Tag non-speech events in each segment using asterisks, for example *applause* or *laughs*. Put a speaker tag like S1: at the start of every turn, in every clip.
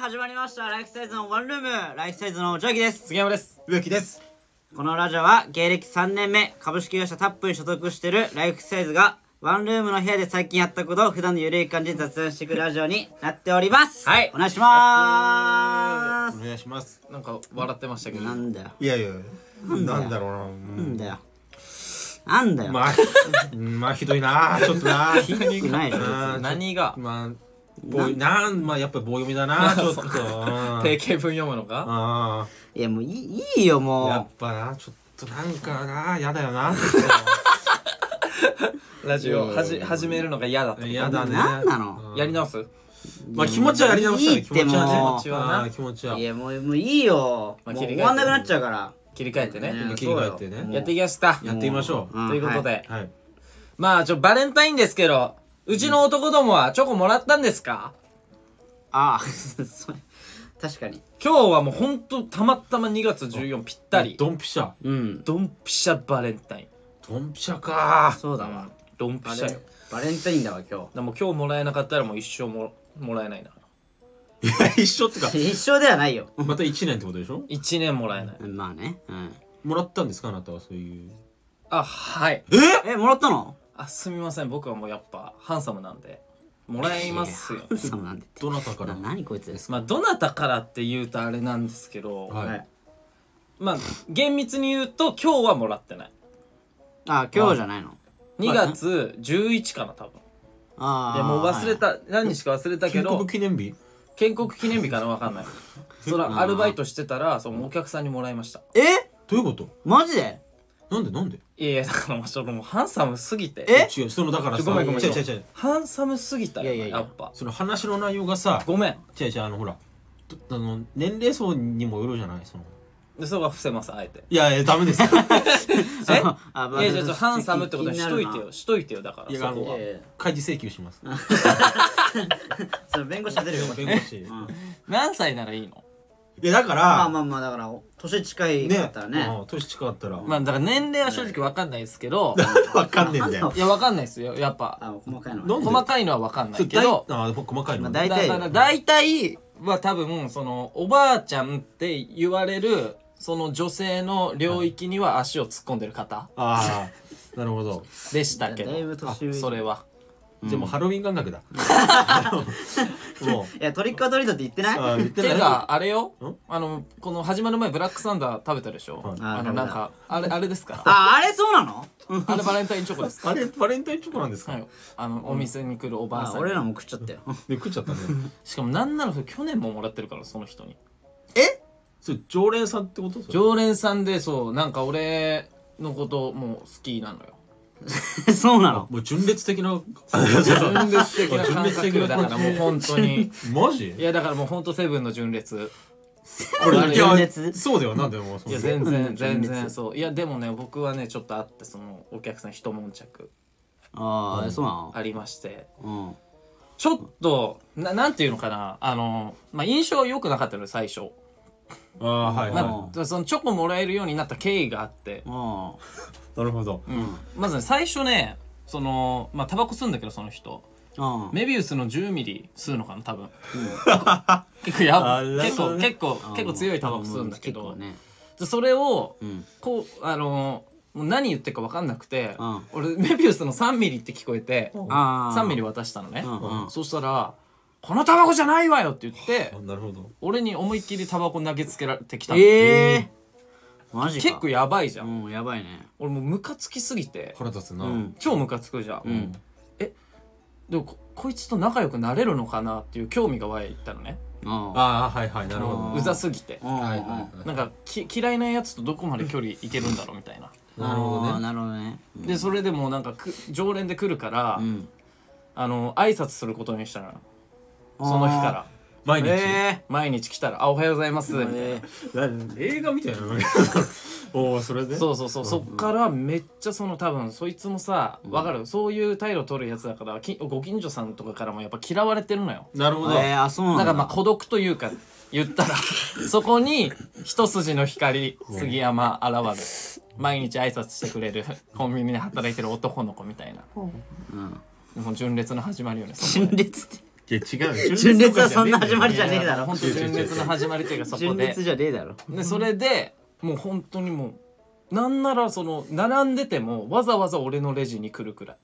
S1: 始まりましたライフサイズのワンルームライフサイズのジョーキです
S2: 杉山です
S3: 植木です
S1: このラジオは芸歴3年目株式会社タップに所属してるライフサイズがワンルームの部屋で最近やったことを普段のゆるい感じに雑談していくラジオになっております
S2: はい
S1: お願いしま
S3: お願いします
S2: なんか笑ってましたけ
S1: す
S2: ど
S1: なんだよ
S3: いやいやなんだろうな
S1: なんだよなんだよ、
S3: まあうんまあひどいなちょっとなひど
S1: くないよ
S2: 何が
S3: まあ棒なんまあやっぱ棒読みだなちょっとうんあ
S2: 定型文読むのか
S3: あ
S1: いやもういいいいよ
S3: や
S1: も
S3: っぱなちょっとなんかなやだよなちょ
S2: ラジオはじ始めるのが嫌だっ
S3: ってと
S2: こ
S3: や
S2: と
S3: だね
S1: なんなの
S3: うん
S2: やり直す
S3: まあ気持ちはやり直した
S1: いい
S3: ね
S1: っ
S3: 気
S1: て
S3: 持ちはね
S1: もう
S3: 気持ちはねあー気持ちはい
S1: やもうもういいよ、
S2: まあ
S1: もう
S2: 切り
S1: 終
S2: 替えて
S1: わんなくなっちゃうから
S2: 切り替えてね
S1: ね
S3: 切り替えてね
S1: そうよ
S2: やっていきました
S3: やってみましょうん
S2: ということ
S1: は
S2: で
S3: はい
S2: まあちょバレンタインですけどうちの男どもはチョコもらったんですか
S1: ああ *laughs* それ確かに
S2: 今日はもうほんとたまたま2月14ぴったり
S3: ドンピシャ
S1: うん
S2: ドンピシャバレンタイン
S3: ドンピシャか
S1: そうだわ
S2: ドンピ
S1: バ
S2: シャ
S1: レ
S2: よ
S1: バレンタインだわ今
S2: でも今日もらえなかったらもう一生ももらえないない
S3: や一緒
S1: *laughs*
S3: ってか
S1: 日
S2: *laughs*
S1: 一生ではないよ
S3: また一年ってことでしょ
S2: 1年もらえない
S1: まあねうん
S3: もらったんですかあなたはそういう
S2: あはい
S1: えもらったの
S2: あすみません僕はもうやっぱハンサムなんでもらいますよ
S1: ハンサムなんて
S3: どなたから
S1: な何こいつ
S2: まあどなたからって言うとあれなんですけど、
S3: はい
S1: はい
S2: まあ厳密に言うと今日はもらってない
S1: あ今日じゃないの
S2: 2月11かな多分
S1: ああ
S2: でもう忘れた、何日か忘れたけ
S3: 建
S2: ど
S3: 国記念日
S2: 建国記念日かな分かんない
S1: *laughs*
S2: そらアルバイトしてたらそのお客さんにもらいました
S1: え
S3: どういうこと
S1: マジで
S3: なんでなんで
S2: いやいやだからもうちょっともうハンサムすぎて
S1: え
S3: 違うそのだから
S2: ち
S3: さ
S2: ょごめんごめん
S3: 違う違う違う
S2: ハンサムすぎたよ
S1: いや
S2: や
S1: いやいや
S2: っぱ
S3: その話の内容がさ
S2: ごめん
S3: 違う違うあのほらとあの年齢層にもよるじゃないその
S2: でそれは伏せますあえて
S3: いやいやダメですよ
S2: え
S1: *laughs* ああ *laughs* まあ
S2: いやじゃあちょっとハンサムってことに
S1: 気
S2: し
S1: に
S2: とい
S1: な
S2: て
S1: るな
S2: よしといてよだから
S3: いや
S2: そこ
S3: あの
S2: はい
S1: やいや
S3: *laughs* 開示請求します
S1: それ弁護士が出るよこれ
S3: 弁護士
S1: うん
S2: 何歳ならいいの
S3: いやだから
S1: まあまあまあだから年近い
S3: ね
S1: かったらね
S3: うん年近かったら
S2: まあだから年齢は正直わかんないですけど
S3: わかんねえんだよ
S2: いやわかんないですよやっぱ
S1: あ細かいの
S3: な
S1: ね
S3: んで
S2: 細かいのはわかんな
S3: そ
S2: いうけ
S3: 大
S2: ど
S3: あ細かい
S1: まあ
S3: の
S1: 大
S2: だ
S1: 体
S2: から大体は多分そのおばあちゃんって言われるその女性の領域には足を突っ込んでる方
S3: ああなるほど
S2: でしたけ
S1: いやだい
S2: ど
S1: ぶ年上
S2: それは
S3: じゃあもうハロウィン感覚だ *laughs* もう
S1: いやトリックアトリートって言ってない
S3: あー言っててない
S2: かあれよ
S3: ん
S2: あのこの始まる前ブラックサンダー食べたでしょ
S3: はい
S1: あー
S2: あのなんかあれあれで
S1: *laughs*
S2: すから
S1: ああれそうなの
S2: あれバレンタインチョコです
S3: あれバレンタインチョコなんです
S2: は
S3: か
S2: いあのお店に来るおばあ
S1: あ
S2: さん
S1: 俺
S2: に
S1: らも食っちゃったよ *laughs*
S3: で食っちゃったね
S2: しかもなんならそれ去年ももらってるからその人に
S3: それ常連さんってことそれ
S2: 常連さんでそうなんか俺のこともう好きなのよ
S1: そうなの
S3: もう純烈的な
S2: *laughs* 純烈的な感
S3: 純烈
S2: 覚
S3: 的
S2: よ
S3: な
S2: だからもう本当に
S3: *laughs* マジ
S2: いやだからもう本当セブンの純烈
S3: これ
S1: あ
S3: いや
S1: 純烈
S2: *laughs*
S3: そうだよなんだよもうそ
S2: いや
S3: うだよ
S2: 全
S1: セブン
S2: 然
S1: の純
S2: 全
S1: 烈
S2: 然そういやでもね僕はねちょっとあってそのお客さん一悶着
S1: ああそうなの
S2: ありまして
S1: うん
S2: ちょっとななんていうのかなあのまあ印象良くなかったのよ最初
S3: ああはい
S1: ん
S3: は
S2: まあそのチョコもらえるようになった経緯があって
S1: あ
S3: いなるほど
S2: まずね最初ねそのまあタバコ吸うんだけどその人
S1: あうん
S2: メビウスの1 0ミリ吸うのかな多分、結構やば
S3: あら
S2: 結
S3: そ
S2: 構
S3: うね
S2: 結構結構強いタバコ吸うんだけ
S1: 結
S2: ど、
S1: 構ね
S2: でそれを
S1: うん
S2: こうあのもう何言ってるか分かんなくて、
S1: うん
S2: 俺メビウスの3ミリって聞こえて、
S1: あ
S2: 3ミリ渡したのね、
S1: うんうん
S2: そしたら「このタバコじゃないわよ!」って言って
S3: あなるほど
S2: 俺に思いっきりタバコ投げつけられてきたの
S1: ええマジか
S2: 結構やばいじゃん、
S1: うんやばいね
S2: 俺もうムカつきすぎて
S3: 腹立つな
S1: うん
S2: 超ムカつくじゃん、
S1: うん
S2: でもここいつと仲良くなれるのかなっていう興味が湧いたのね
S1: あ
S3: ああはいはいなるほど
S1: あ
S2: うざすぎて
S1: あうん
S3: はい
S1: うん
S3: はい
S2: な
S3: は
S2: んかき嫌いなやつとどこまで距離いけるんだろうみたいな。
S3: いなるほ
S1: あー
S3: どね
S1: なるほどね
S2: でそれでもうなんかく常連で来るから、
S1: うん
S2: あの挨拶することにしたのよその日から
S3: 毎日
S1: え
S2: 毎日来たら「あおはようございます」みたいな、
S1: え
S3: なん映画みたいな *laughs* おおそれで
S2: そうそうそうそっからめっちゃその多分そいつもさわかるそういう態度取るやつだからきご近所さんとかからもやっぱ嫌われてるのよ
S3: なるほど
S1: えあそうな
S2: だ
S1: ん
S2: から
S1: だ
S2: まあ孤独というか言った
S1: *laughs*
S2: らそこに一筋の光杉山現る毎日挨拶してくれるコンビニで働いてる男の子みたいな
S1: うん
S2: もう純烈の始まりよねそこ
S1: 陳列って
S3: いや違う
S1: 純烈はそんな始まりじゃねえだろ
S2: 本当純烈の始まりというかそこ
S1: 純
S2: で
S1: 烈じゃねえだろ
S2: でそれでもう本当にもうなんならその並んでてもわざわざ俺のレジに来るくらい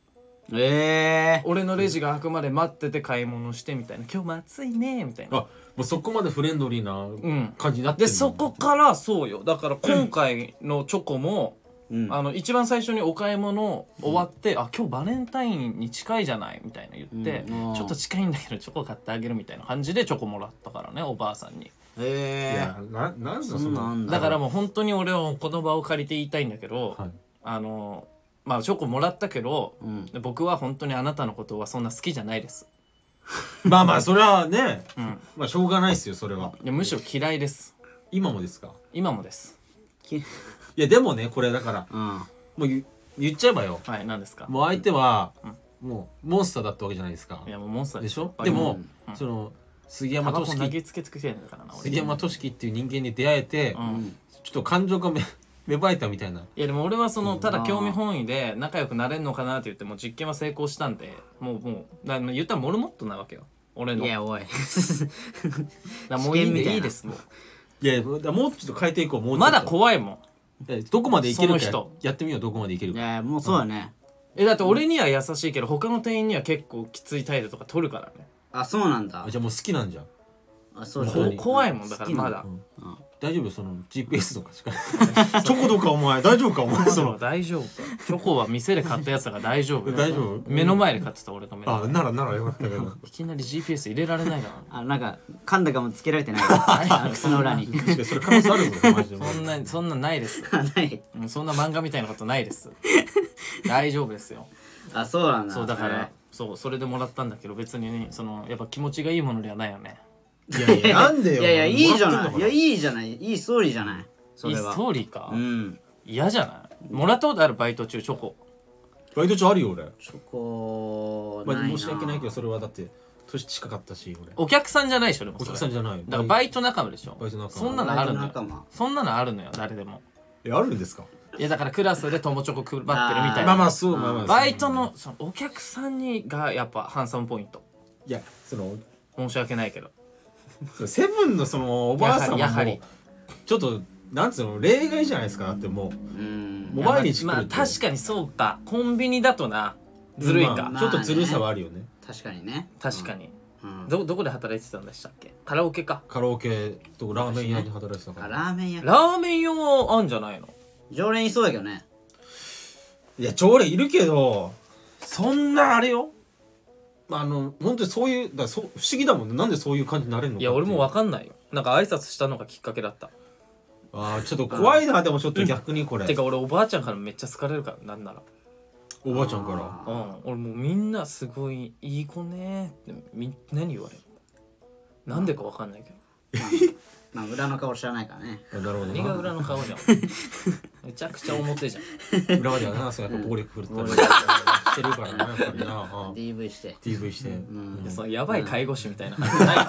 S1: ええ
S2: 俺のレジが開くまで待ってて買い物してみたいな今日も暑いねみたい
S3: あ
S2: な
S3: もうそこまでフレンドリーなん感じになってん
S2: で
S3: の
S2: そこからそうよだから今回のチョコも、
S1: うん
S2: あの一番最初にお買い物終わって、あ今日バレンタインに近いじゃないみたいな言って、
S1: うん
S2: ちょっと近いんだけどチョコ買ってあげるみたいな感じでチョコもらったからねおばあさんに
S3: い
S1: え
S3: やななんだ
S1: え
S3: そ
S1: そんなんあ
S3: の
S1: ん
S2: だから
S1: も
S2: もう本当に俺はこの場を借りて言いたいんだけど、
S3: はい
S2: あのまあチョコもらったけど、
S1: うん
S2: 僕は本当にあなたのことはそんな好きじゃないです、
S3: まあまあそれはね
S2: うん、
S3: まあしょうがないですよそれはい
S2: やむしろ嫌いです
S3: 今もですか
S2: 今もです
S1: き
S3: いやでもねこれだから
S1: うん
S3: もう言言っちゃえばよ
S2: はい何ですか
S3: もう相手はもうモンスターだったわけじゃないですか
S2: いやもうモンスター
S3: でしょ
S2: やっぱ
S3: で
S2: り
S3: も
S2: うん
S3: その杉
S2: タ
S3: 山
S2: バコ投
S3: 俊樹
S2: げつけつけてんだからな俺
S3: 杉山俊樹っていう人間に出会えて
S2: うん
S3: ちょっと感情がめ *laughs* 芽生えたみたいない
S2: やでも俺はそのただ興味本位で仲良くなれるのかなって言ってもう実験は成功したんでもうもうだから言ったらモルモットなわけよ俺の
S1: い
S2: だか
S1: やおい *laughs*
S2: らもういいん
S1: 試験みたい
S2: で
S1: ない
S2: いですも
S3: いやいやだからもうちょっと変えていこうも
S2: う
S3: うちょ
S2: ま
S3: っと
S2: だ怖いもん
S3: えどこまでいけるか
S2: そ
S3: や
S2: の人
S3: やってみようどこまでいける
S1: い
S3: か
S1: やもうそうだね
S2: えだって俺には優しいけど他の店員には結構きつい態度とか取るからね
S1: あそうなんだ
S3: あじゃあもう好きなんじゃん
S1: あそうだ
S2: こ
S1: ね
S2: 怖いもんだからまだ
S3: うん
S1: うん
S3: 大丈夫その GPS とか
S2: *laughs*
S3: しかチョコとかお前大丈夫かお前
S2: チョコは大丈夫かチョコは店で買ったやつだから大丈夫
S3: 大丈夫
S2: 目の前で買ってた俺の目の前
S3: あならならよかったけど
S2: いきなり GPS 入れられないから
S1: あなんか噛んだかもつけられ *laughs* てないあ靴の裏に
S3: 確か *laughs* にそれ可能性あるぞマジで
S2: そんなそんなないです
S1: あない
S2: うんそんな漫画みたいなことないです大丈夫ですよ
S1: あそうなんだ
S2: そうだか
S1: へ
S2: らそうそれでもらったんだけど別にねそのやっぱ気持ちがいいものではないよね
S3: いやいやなんで
S1: え
S3: よ
S1: いやいやいいじゃ
S3: もら
S1: な
S3: って
S1: い
S3: ん
S1: い
S3: の
S1: や
S3: か
S1: いいじゃないいいストーリーじゃないそ
S2: いい
S1: れ
S2: ス
S1: は
S2: トーリーか
S1: うん
S2: 嫌じゃないもらったことあるバイト中チョコ
S3: バイト中あるよ俺
S1: チョコ
S3: まあ
S1: ないな
S3: 申し訳ないけどそれはだって年近かったし俺
S2: お客さんじゃないでしょでも
S3: お
S2: それ
S3: 客さんじゃない
S2: だからバイト仲間でしょ
S3: バイト仲間
S2: そんなのあるの
S1: バイト仲間
S2: よそんなのあるのよ誰でも
S3: えあるんですか
S2: いやだからクラスで友チョコ配ってるみた
S1: あ
S2: い
S3: まあ
S2: な
S3: まあそうまあまあ
S2: バイトのそのお客さんにがやっぱハンサムポイント
S3: いやその
S2: 申し訳ないけど
S3: そのセブンのそのおばあさん
S2: やはりや
S3: も
S2: は
S3: ちょっとなんつうの例外じゃないですかだっても
S1: う
S3: う
S1: ん
S3: もう毎日来るって
S2: まあ確かにそうかコンビニだとなずるいか、
S3: まあちょっとずるさはあるよね
S1: 確かにね
S2: 確かに、
S1: うん
S2: どどこで働いてたんでしたっけカラオケか
S3: カラオケとラーメン屋で働いてたか
S1: あ
S3: ら
S1: ラーメン屋
S2: ラーメン屋はあんじゃないの
S1: 常連いそうだけどね
S3: いや常連いるけどそんなあれよまああの本当にそういうだからそう不思議だもんねなんでそういう感じになれるのか
S2: いや俺も
S3: わ
S2: わかんないよなんか挨拶したのがきっかけだった
S3: あーちょっと怖いなでもちょっと逆にこれ
S2: てか俺おばあちゃんからめっちゃ好かれるからなんなら
S3: おばあちゃんから
S2: うん俺もうみんなすごいいい子ねーってみんなに言われるなんでかわかんないけど
S1: まあ裏の顔知らないからね
S3: なるほど
S2: 何が
S3: な
S2: 裏の顔じゃ
S3: *laughs*
S2: んめちゃくちゃ表じゃん
S3: 裏まではなそうやっぱ暴力振るったりしてるからなやっぱりな *laughs* あ
S1: DV して
S3: DV して
S2: いやそのやばい介護士みたいな感じじゃないよ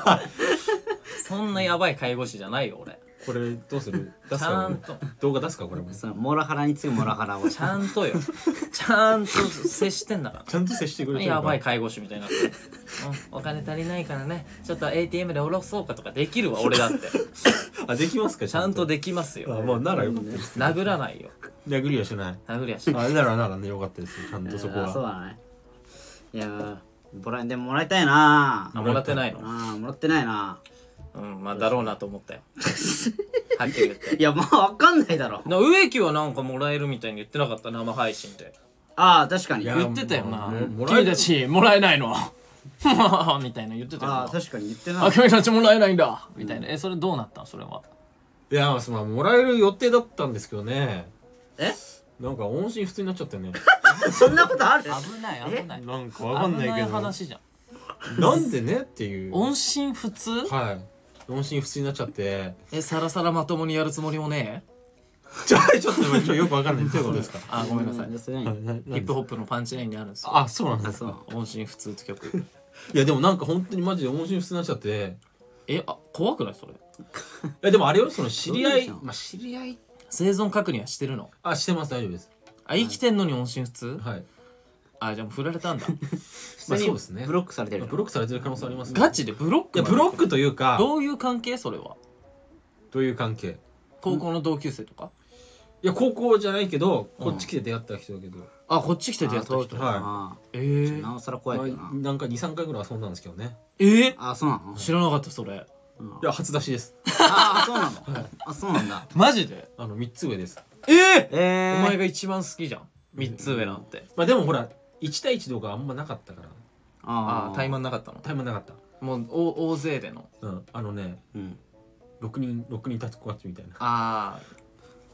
S3: *laughs*
S2: そんなやばい介護士じゃないよ俺
S3: これどうする出す
S2: ちゃ
S3: か
S2: んと
S3: 動画出すかこれも
S1: そのモラハラに次ぐモラハ *laughs* ラを
S2: ちゃん
S3: *laughs*
S2: とよちゃんと接してんだから
S3: ちゃんと接してくれてる
S2: やばい
S3: か
S2: 介護士みたいな、うん、お金足りないからねちょっと ATM で下ろそうかとかできるわ俺だ
S3: *laughs*
S2: って
S3: あできますか
S2: ちゃんと
S3: で
S2: できます
S3: あ
S2: よ
S3: まあならよかったです
S2: 殴らないよ
S3: 殴りはしない
S2: 殴りやしない
S3: あならならねよかったですちゃんとそこ
S1: あそう
S3: は
S1: だねいやーボラでももらいたいな
S2: あもらってないの
S1: あーもらってないな
S2: うんまあだろうなと思
S3: *laughs*
S2: ったよはっきり言って
S1: いやまあわかんないだろ
S2: な植木はなんかもらえるみたいに言ってなかった生配信で
S1: ああ確かに
S3: いや
S1: あ
S2: 言ってたよな
S3: ももらえ
S2: 君たちもらえないの *laughs* みたいな言ってたよ
S1: あ
S2: な
S1: ー確かに言ってな
S2: あ
S1: い
S2: 君たちもらえないんだみたいなえそれどうなったんそれはい
S3: やまあもらえる予定だったんですけどね
S1: え
S3: なんか音信不通になっちゃってね
S1: そんなことある
S2: 危ない危ない
S3: *laughs* なんか
S2: 危
S3: わかんないけど
S2: 話じゃん
S3: なんでねっていう
S2: 音信不通
S3: はい音信不通になっちゃって
S2: えさらさらまともにやるつもりもねえ
S3: ちょちょっと待ってよくわかんないどういうことですか
S2: あごめんなさいヒ
S1: すごい
S3: なな
S2: ップホップのパンチラインにあるんですよ
S3: あそうなんで
S1: あ
S3: す
S1: そ
S3: か
S1: う
S2: 音信不通って
S3: *laughs*
S2: 曲
S3: いやでもなんか本当にマジで音信不通になっちゃって
S2: えあ怖くないそれ
S3: いやでもあれよその知り合い
S1: どういうこと
S3: まあ知り合い
S2: 生存確認はしてるの
S3: あしてます大丈夫です
S2: あ生きてんのに音信不通
S3: はい
S2: あじゃあもう振られたんだ
S1: 普通
S3: まあそうです
S1: に
S3: ね
S1: ブロックされてる
S3: まあ
S1: の
S3: ブロックされてる可能性あります
S2: *laughs*
S3: ね
S2: ガチでブロッ
S3: い
S2: ク
S3: や
S2: なの
S3: ブロックというか
S2: どういう関係それは
S3: どういう関係
S2: 高校の同級生とか、
S3: いや高校じゃないけど
S2: うん
S3: こっち来て出会った人だけど、
S2: あこっち来て出会った
S1: あ東
S2: 人
S1: 京
S3: はい
S1: あ
S2: え
S1: ー
S2: ー、
S1: なおさら怖いけど
S3: ま
S1: な
S3: あなんか23回ぐらい遊んだんですけどね
S2: えー、
S1: あそうなの
S2: 知らなかったそれ
S1: うん
S3: いや初出しです
S1: あそうなのあそうなんだ
S2: マジで
S3: あの3つ上です
S2: ええ
S1: え
S2: お前
S1: が
S2: が一番好きじゃん3つ上なんて
S3: まあでもほら1対1とかあんまなかったから
S2: ああ怠慢
S1: ン
S2: なかったの
S3: タイムなかっ
S2: もうお大勢での
S3: たうんあのね
S1: うん
S3: 6人6人立ちこっちみたいな
S2: ああ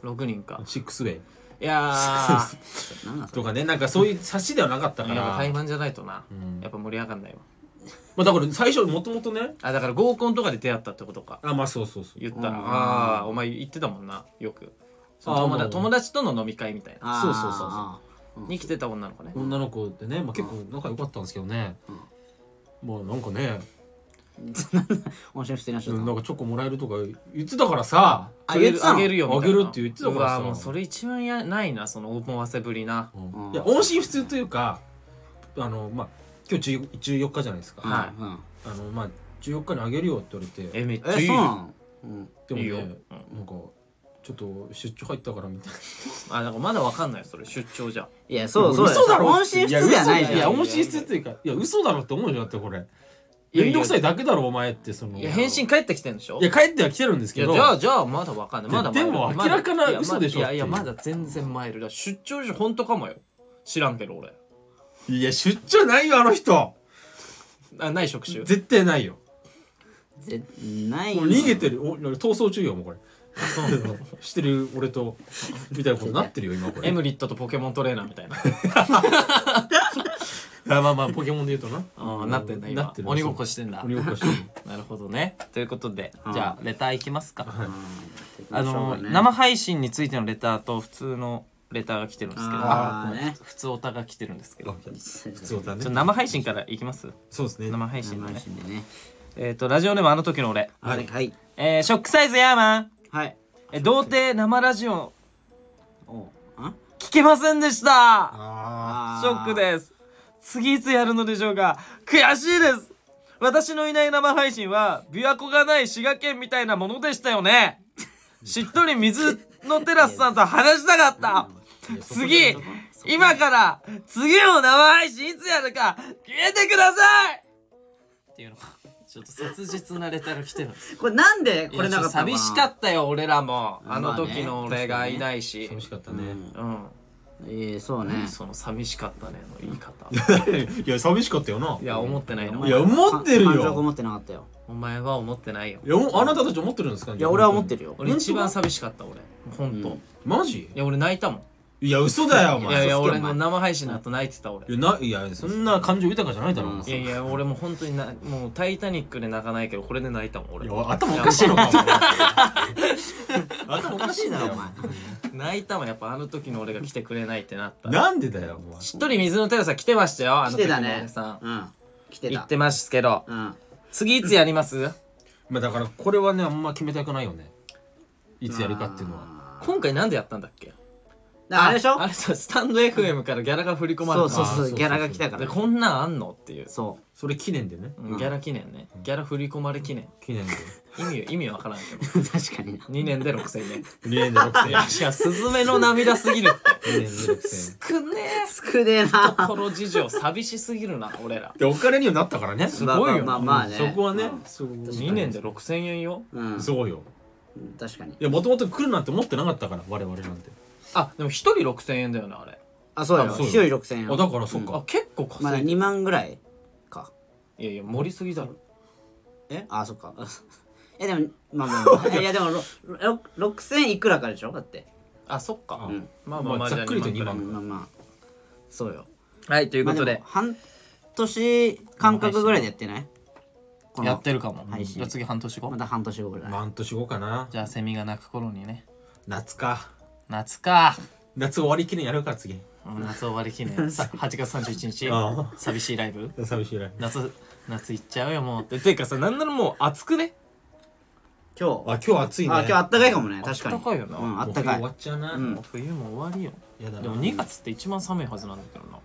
S2: 6人か
S3: シックスウェイ
S2: いやー
S1: なんだそ
S3: と
S1: れ
S3: かねなんかそういう差しではなかったか
S2: やっぱ
S3: ら
S2: 怠慢じゃないとな、
S3: うん
S2: やっぱ盛り上がんないわ
S3: まあだから最初もともとね
S2: あだから合コンとかで出会ったってことか
S3: あまあそうそうそう
S2: 言ったら
S1: うん
S2: ああお前言ってたもんなよくその
S3: あー
S2: 友
S3: も
S2: 達
S3: う
S2: 友達との飲み会みたいな
S1: あー
S3: そうそうそうそう
S1: あー
S2: に来てた女の子ね
S3: 女の子でね、まあ、結構仲良かったんですけどね、まあなんかね、
S1: 面白い普通に話し
S3: う
S1: てた
S3: ん、な
S1: の
S3: んかチョコもらえるとか言ってたからさ、
S1: あ言ってたの
S2: あげるよみたいな
S3: あげるって言ってたからさ
S2: うわーもうそれ一番やないなその思わせぶりな
S1: うん
S3: いや音信不通というかあのまあ今日14 14日じゃないですか、
S2: は
S1: うんうん
S3: あのまあ14日にあげるよって言われて
S2: えめっちゃい
S1: え
S2: い
S1: そうな
S2: よ
S1: のうん
S3: でもね
S2: いいよう
S3: なん
S2: ん
S3: かちょっと出張入ったからみたいな
S2: あだからまだわかんないよそれ出張じゃん
S1: いやそうそうよ
S3: 嘘だろ
S1: 音信不通ではないじ
S3: い
S1: ゃ
S3: や
S1: ん
S3: 音信不通っていうかいや嘘だろって思うじゃんだってこれ
S2: いや
S3: 面倒くさいだけだろお前ってその
S2: いや返信返ってきてんでしょ
S3: いや帰っては来てるんです
S2: い
S3: け
S2: や
S3: ど
S2: じゃあじゃあまだわかんない
S3: いや
S2: まだマイル
S3: でも
S2: まだ
S3: 明らかない
S2: や
S3: 嘘でしょ
S2: いやいや
S3: ってい
S2: まだ
S3: う
S2: 全然マイルだ出張じゃ本当かもよ知らんけど俺
S3: いや出張ないよあの人
S2: あない職種
S3: 絶対ないよ
S1: ぜない
S3: もう逃げてるお逃走中よもうこれしてる俺とみたいなことになってるよ今これ
S2: エムリットとポケモントレーナーみたいな
S3: あまあまあポケモンで言うとな
S2: あーなってんだ今
S3: なってる
S2: 鬼ごっこしてんだ
S3: 鬼ごっこしてる
S2: なるほどねということで
S1: うん
S2: じゃあレターいきますか
S3: はい
S2: あの生配信についてのレターと普通のレターが来てるんですけど
S1: あー
S2: あごめん
S1: ね
S2: 普通オタが来てるんですけど
S1: 普
S3: 普通だ
S2: ちょ
S3: ね
S2: 生配信からいきます
S3: そうですね
S2: 生配信
S1: 生
S2: の
S1: 配
S2: ね
S1: 信でね
S2: えっ、とラジオネームあの時の俺
S1: は
S3: はいい
S1: はい
S2: えー、ショックサイズヤーマン
S1: はい
S2: え童貞生ラジオ
S1: おうあ
S2: 聞けませんでした
S3: あ
S1: あー
S2: ショックです次いつやるのでしょうか悔しいです私のいない生配信は琵琶湖がない滋賀県みたいなものでしたよ *laughs* ねしっとり水のテラスさんと話したかった次今から次の生配信いつやるか決めてくださいっていうのがちょっと切実なレターが来てるんです
S1: これなんでこれなかったの
S2: 寂しかったよ俺らもあの時
S1: まあ
S2: の
S1: ね
S2: 俺がいないし、
S3: 寂しかった
S1: た
S3: ね、
S2: うん
S1: ええそうね
S2: その寂しかったねの言い方
S3: *laughs* いや寂しかったよない
S2: や思ってないの
S3: いや思ってるよ
S1: 感情が思ってなかったよ
S2: お前は思ってないよ
S3: いやおあなたたち思ってるんですか
S1: いや俺は思ってるよ
S2: 俺一番寂しかった俺ほんと、
S1: うん
S2: い
S3: マジ
S2: や俺泣いたも
S3: いや嘘だよお
S2: んい
S3: 前
S2: やいや
S1: 嘘つけ
S2: 俺
S1: お前
S2: の生配信の後泣いてた俺
S3: いやないやそんな感情豊かじゃないだろ、
S1: うん
S2: いやいや俺もう本当になもう「タイタニック」で泣かないけどこれで泣いたもん俺
S3: いや頭おかしいのかお前 *laughs* 頭おかしいな
S1: お
S3: よ
S1: 前
S2: 泣いたもんやっぱあの時の俺が来てくれないってなった
S3: なんでだよお前
S2: しっとり水のテラスは来てましたよあ
S1: 来
S2: の
S1: て
S2: 時
S1: た
S2: の
S1: ね
S2: 俺さん
S1: うん来て
S2: 言
S1: た
S2: ってますけど
S1: うん
S2: 次いつやります
S3: まあだからこれはねあんま決めたくないよねいつやるかっていうのは
S1: あー
S2: 今回なんでやったんだっけ
S1: だからあれでしょ
S2: あれさスタンド FM からギャラが振り込ま
S1: そ
S2: れた
S1: うそう
S3: あーそ
S1: そ
S3: うそうう
S1: ギャラが来たか
S2: で
S1: ら
S2: こんなんあんのっていう
S1: そ
S3: それ記念でね
S2: うんギャラ記念ねギャラ振り込まれ記念
S3: 記 *laughs* 念で
S2: 意味意味わからんけど
S1: う *laughs* 確かにな
S2: 2年で6000円
S3: 記念で6000円
S2: いやスズメの涙すぎるっ
S3: 記念で6000円
S2: て少ね
S1: 少ねえ
S2: え
S1: な
S2: 心事情寂しすぎるな俺ら
S3: でお金にはなったからね
S2: すごいよ
S1: まあまあまあね
S3: そこはね
S1: う
S3: そう
S2: 2年で6000円よ
S1: ん
S3: そうよ
S1: 確かに
S3: いやもともと来るなんて思ってなかったから我々なんて
S2: あでも1人6000円だよねあれ
S1: あそうよ
S3: あそうよ
S1: 一人6000円
S3: あだからそっ
S1: ん
S3: か
S2: あ結構
S1: まだ
S2: 稼いで
S1: 2万ぐらいか
S2: いやいや盛りすぎだろ
S1: えあそっか *laughs* えでもまあまあまあいやでもろろ6000いくらかでしょだって
S2: あそっか
S3: うん
S2: まあまあまあ
S3: ざっくりと2
S1: う
S3: 万
S1: んまあまあそうよ
S2: はいという
S1: ま
S2: こ
S1: あ
S2: と
S1: で
S2: で
S1: も半年間隔ぐらいでやってないこの
S2: やってるかも
S1: 配信
S2: じゃあ次半年後
S1: また半年後ぐらい
S3: 半年後かな
S2: じゃあセミが鳴く頃にね
S3: 夏か
S2: 夏か
S3: 夏終わり記念やるから次
S2: もう夏終わり記念さ8月31
S3: あ
S2: 日寂しいライブ
S3: 寂しいね
S2: 夏夏行っちゃうよもうってていうかさなんならもう暑くね
S1: 今
S3: あ
S1: 日
S3: 今日暑いね
S1: あ今日あったかいかもね確かに
S2: あったかいよな
S1: うんあ
S3: あ
S1: ったかい
S3: 終わっちゃうな
S1: うん
S2: もう冬も終わりよ
S3: やだな
S2: でも2月って一番寒いはずなんだけどな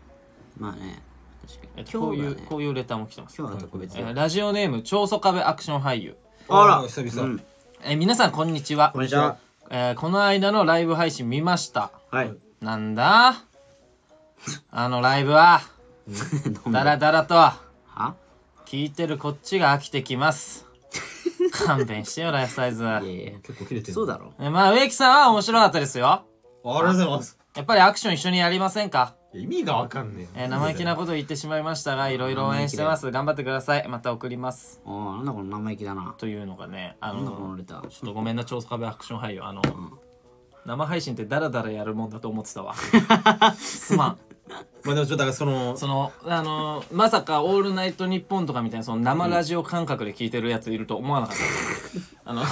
S1: まあね確か
S2: え
S1: に
S2: っとこう
S1: 今
S2: い
S1: 日は
S2: う
S1: ね
S2: こういうレターも来てます
S1: 今日は特別
S2: えーラジオネーム長曽壁アクション俳優
S1: あら
S3: 久々、
S1: うん
S2: えー皆さんこんにちは
S1: こんにちは
S2: えーこの間のライブ配信見ました
S1: はい
S2: な
S1: *laughs*
S2: んだあのライブはダラダラと
S1: は
S2: 聞いてるこっちが飽きてきます勘弁してよライフサイズ
S1: いやいや
S3: 結構切れてる
S1: そうだろ
S2: えまあ植木さんは面白かったですよ
S3: あありがとうございます
S2: やっぱりアクション一緒にやりませんか、
S3: いや意味がわかんね
S2: え
S3: え
S2: ー生意気なこと言ってしまいましたがいろいろ応援してます頑張ってくださいまた送ります
S1: おーなんだこの生意気だな
S2: というのがねあ
S1: なんだこ
S2: の
S1: のレター
S2: ちょっとごめんな長壁アクション俳優あの、生配信ってダラダラやるもんだと思って
S1: *laughs*
S2: たわすまん
S3: まあでもちょっとだからその
S2: そのあのまさか「オールナイトニッポン」とかみたいなその生ラジオ感覚で聞いてるやついると思わな
S1: *laughs*
S2: かった、あの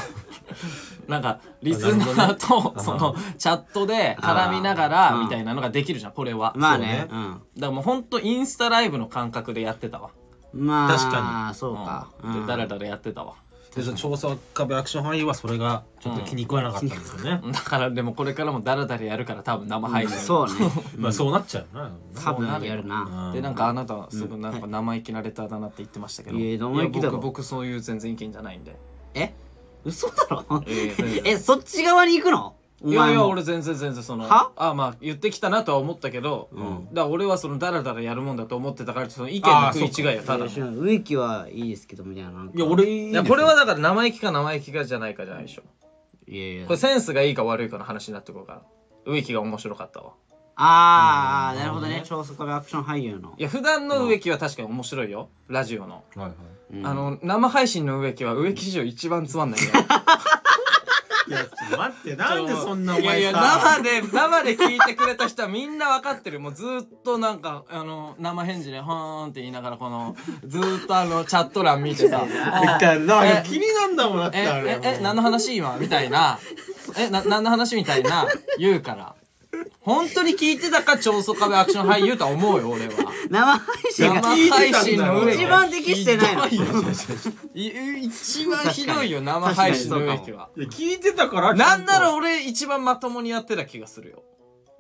S2: *laughs* なんかリスナーとそのチャットで絡みながらみたいなのができるじゃんこれは、
S1: まあ
S3: そ
S1: ね
S3: う
S2: だからもうほんとインスタライブの感覚でやってたわ
S1: うんまあ
S3: 確か
S1: にそうか
S2: うんでダラダラやってたわ
S3: でその調査壁アクション範囲はそれがちょっと気に食わなかったんですよね、
S2: だからでもこれからもダラダラやるから多分生配信、
S1: そうね
S3: まあそうなっちゃうな、
S1: 多分やるな
S3: うん
S2: でなんかあなたはすごいなんか生意気なレターだなって言ってましたけど、
S1: いや生意気だろ
S2: いや僕僕そういう全然意見じゃないんで
S1: え嘘だろ
S2: ええ
S1: *laughs* えそっち側に行くのお
S2: いやい
S1: 前
S2: や
S1: も
S2: 俺全然全然その
S1: は
S2: あまあ言ってきたなとは思ったけど、だから俺はそのダラダラやるもんだと思ってたからその意見の食い違いやただの
S1: いや植木はいいですけどみたいななんか
S3: いや俺いい
S2: い
S3: ですよ
S2: やこれはだから生意気か生意気かじゃないかじゃないでしょ
S1: いやいや
S2: これセンスがいいか悪いかの話になってくるから植木が面白かったわ
S1: ああなるほどね超速アクション俳優の
S2: いや普段の植木は確かに面白いよラジオの、
S3: はいはい
S2: あの生配信の植木は植木史上一番つまんないよ
S3: いやちょっと待って *laughs* なんでそんなお前さ
S2: いやいや生で生で聞いてくれた人はみんな分かってるもうずーっとなんかあの生返事で「ほーん」って言いながらこのずーっとあのチャット欄見てさ
S3: だからなんか
S2: え
S3: 気になんだもんだっ
S2: 「
S3: て
S2: え
S3: あれ
S2: ええ何の話今?」みたいな「えな何の話?」みたいな言うから本当に聞いてたか長曽壁アクション俳優とは思うよ俺は。
S1: 生配信 *laughs*
S2: 生
S1: が
S2: 配信の上
S1: 一番適してないの
S2: ひどよい一番ひどいよ生配信の植木はい
S3: や聞いてたから
S2: なんなら
S3: う
S2: 俺一番まともにやってた気がするよ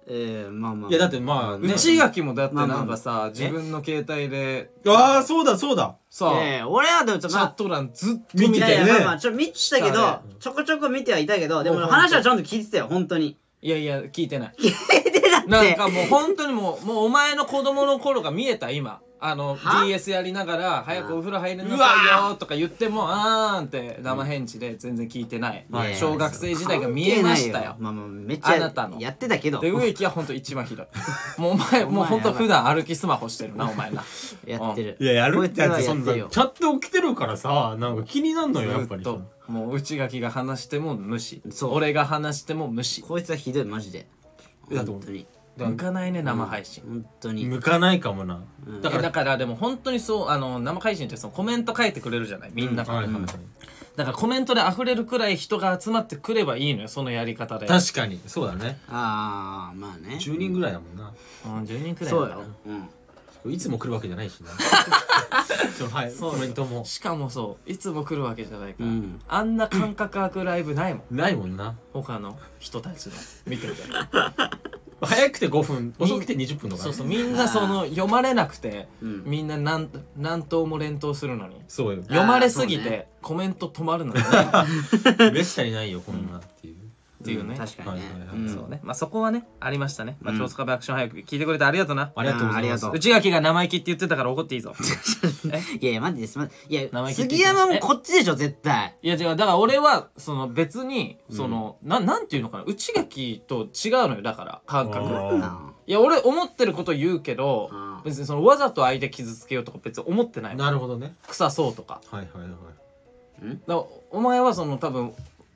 S1: ええまあまあ
S3: いやだってまあね
S2: 内垣もだってなんかさ自分の携帯で
S3: ああそうだそうだ
S2: さ
S1: ええ俺はでもちょっ
S2: チ
S1: と
S2: ャ
S1: まあ
S2: ット欄ずっと
S3: 見
S1: い
S3: て
S1: や
S3: た
S1: い
S3: よ
S1: やまあまあ
S3: ね
S1: ちょっと見てたけ
S2: 下
S1: どちょこちょこ見てはいたけどでも
S2: もうほんと
S1: 話はちゃんと聞いてたよ本当に
S2: いやいや聞い
S1: *laughs*
S2: てない
S1: でだって
S2: なんかもう本当にもうもうお前の子供の頃が見えた今あの
S1: は
S2: DS やりながら早くお風呂入れな
S3: うわ
S2: さいよとか言ってもあーんって生返事で全然聞いてない
S1: いやいや
S2: 小学生時代が見えまし
S1: 関係
S2: た
S1: ない
S2: よ
S1: まあまあめっちゃ
S2: あなたの
S1: やってたけど
S2: で
S1: や
S2: 植木は本当一番
S1: *laughs*
S2: ひどいもうお前もう本当普段歩きスマホしてるなお前な
S1: ってる
S3: いややる
S1: こ
S3: っ
S1: いつ
S3: てや
S1: は
S3: つそ
S1: やっ
S3: ん
S1: て
S3: な
S1: る
S3: チ
S1: よ
S3: ャット起きてるからさなんか気になんのよやっ
S2: ず
S3: ぱ
S2: っ
S3: り
S2: ともう内垣が話しても無視
S1: そう
S2: 俺が話しても無視
S1: こいつはひどいマジで
S3: だと
S1: 本当に
S2: 向かないね生配信、
S1: 本当に
S3: 向かないかもな
S2: だからだからでも本当にそうあの生配信ってそのコメント書いてくれるじゃないみんなから、
S3: はいはいはい
S2: だからコメントで溢れるくらい人が集まってくればいいのよそのやり方で
S3: 確かにそうだね
S1: ああまあね
S3: 10人ぐらいだもんな
S2: うん、10人くらいだ
S1: そ
S2: か
S1: う
S2: ら
S1: ようん
S3: いつも来るわけじゃな
S2: *laughs*
S3: いしなそのはいコメントも
S2: しかもそういつも来るわけじゃないから、
S1: うん
S2: あんな感覚開くライブないもん
S3: ないもんな
S2: 他の人たちの見てるから
S3: 早くて5分遅くて20分とか
S2: そう
S3: ね
S2: そうみんなその読まれなくて、
S1: うん
S2: みんな何何頭も連投するのに
S3: そ
S2: *laughs*
S3: うよ
S2: 読まれすぎ
S1: そう
S2: て、
S1: ね
S2: コメント止まるのよね
S3: めったにないよこんなっていう
S2: っていうね、
S1: 確かにね
S3: はいはいはい
S1: ん
S2: そうねまあそこはねありましたね、まあ、
S1: うん
S2: 超スカベアクション早く聞いてくれてありがとうな
S3: ありがとうござい
S1: あ
S3: ま
S1: り
S3: す
S1: がとう
S2: 内垣が生意気って言ってたから怒っていいぞ
S1: いやいやマジですまいや
S2: 生意気って
S1: 杉
S2: 言ってます
S1: 山もこっちでしょ絶対
S2: *laughs* いや違うだから俺はその別にその、なん、なんていうのかな内垣と違うのよだから感
S3: あ
S2: 覚
S3: ー
S1: うん
S2: いや俺思ってること言うけど
S1: うん
S2: 別にそのわざと相手傷つけようとか別に思ってない
S3: なるほどね
S2: 臭そうとか
S3: はいはいはい
S2: だからお前はその多分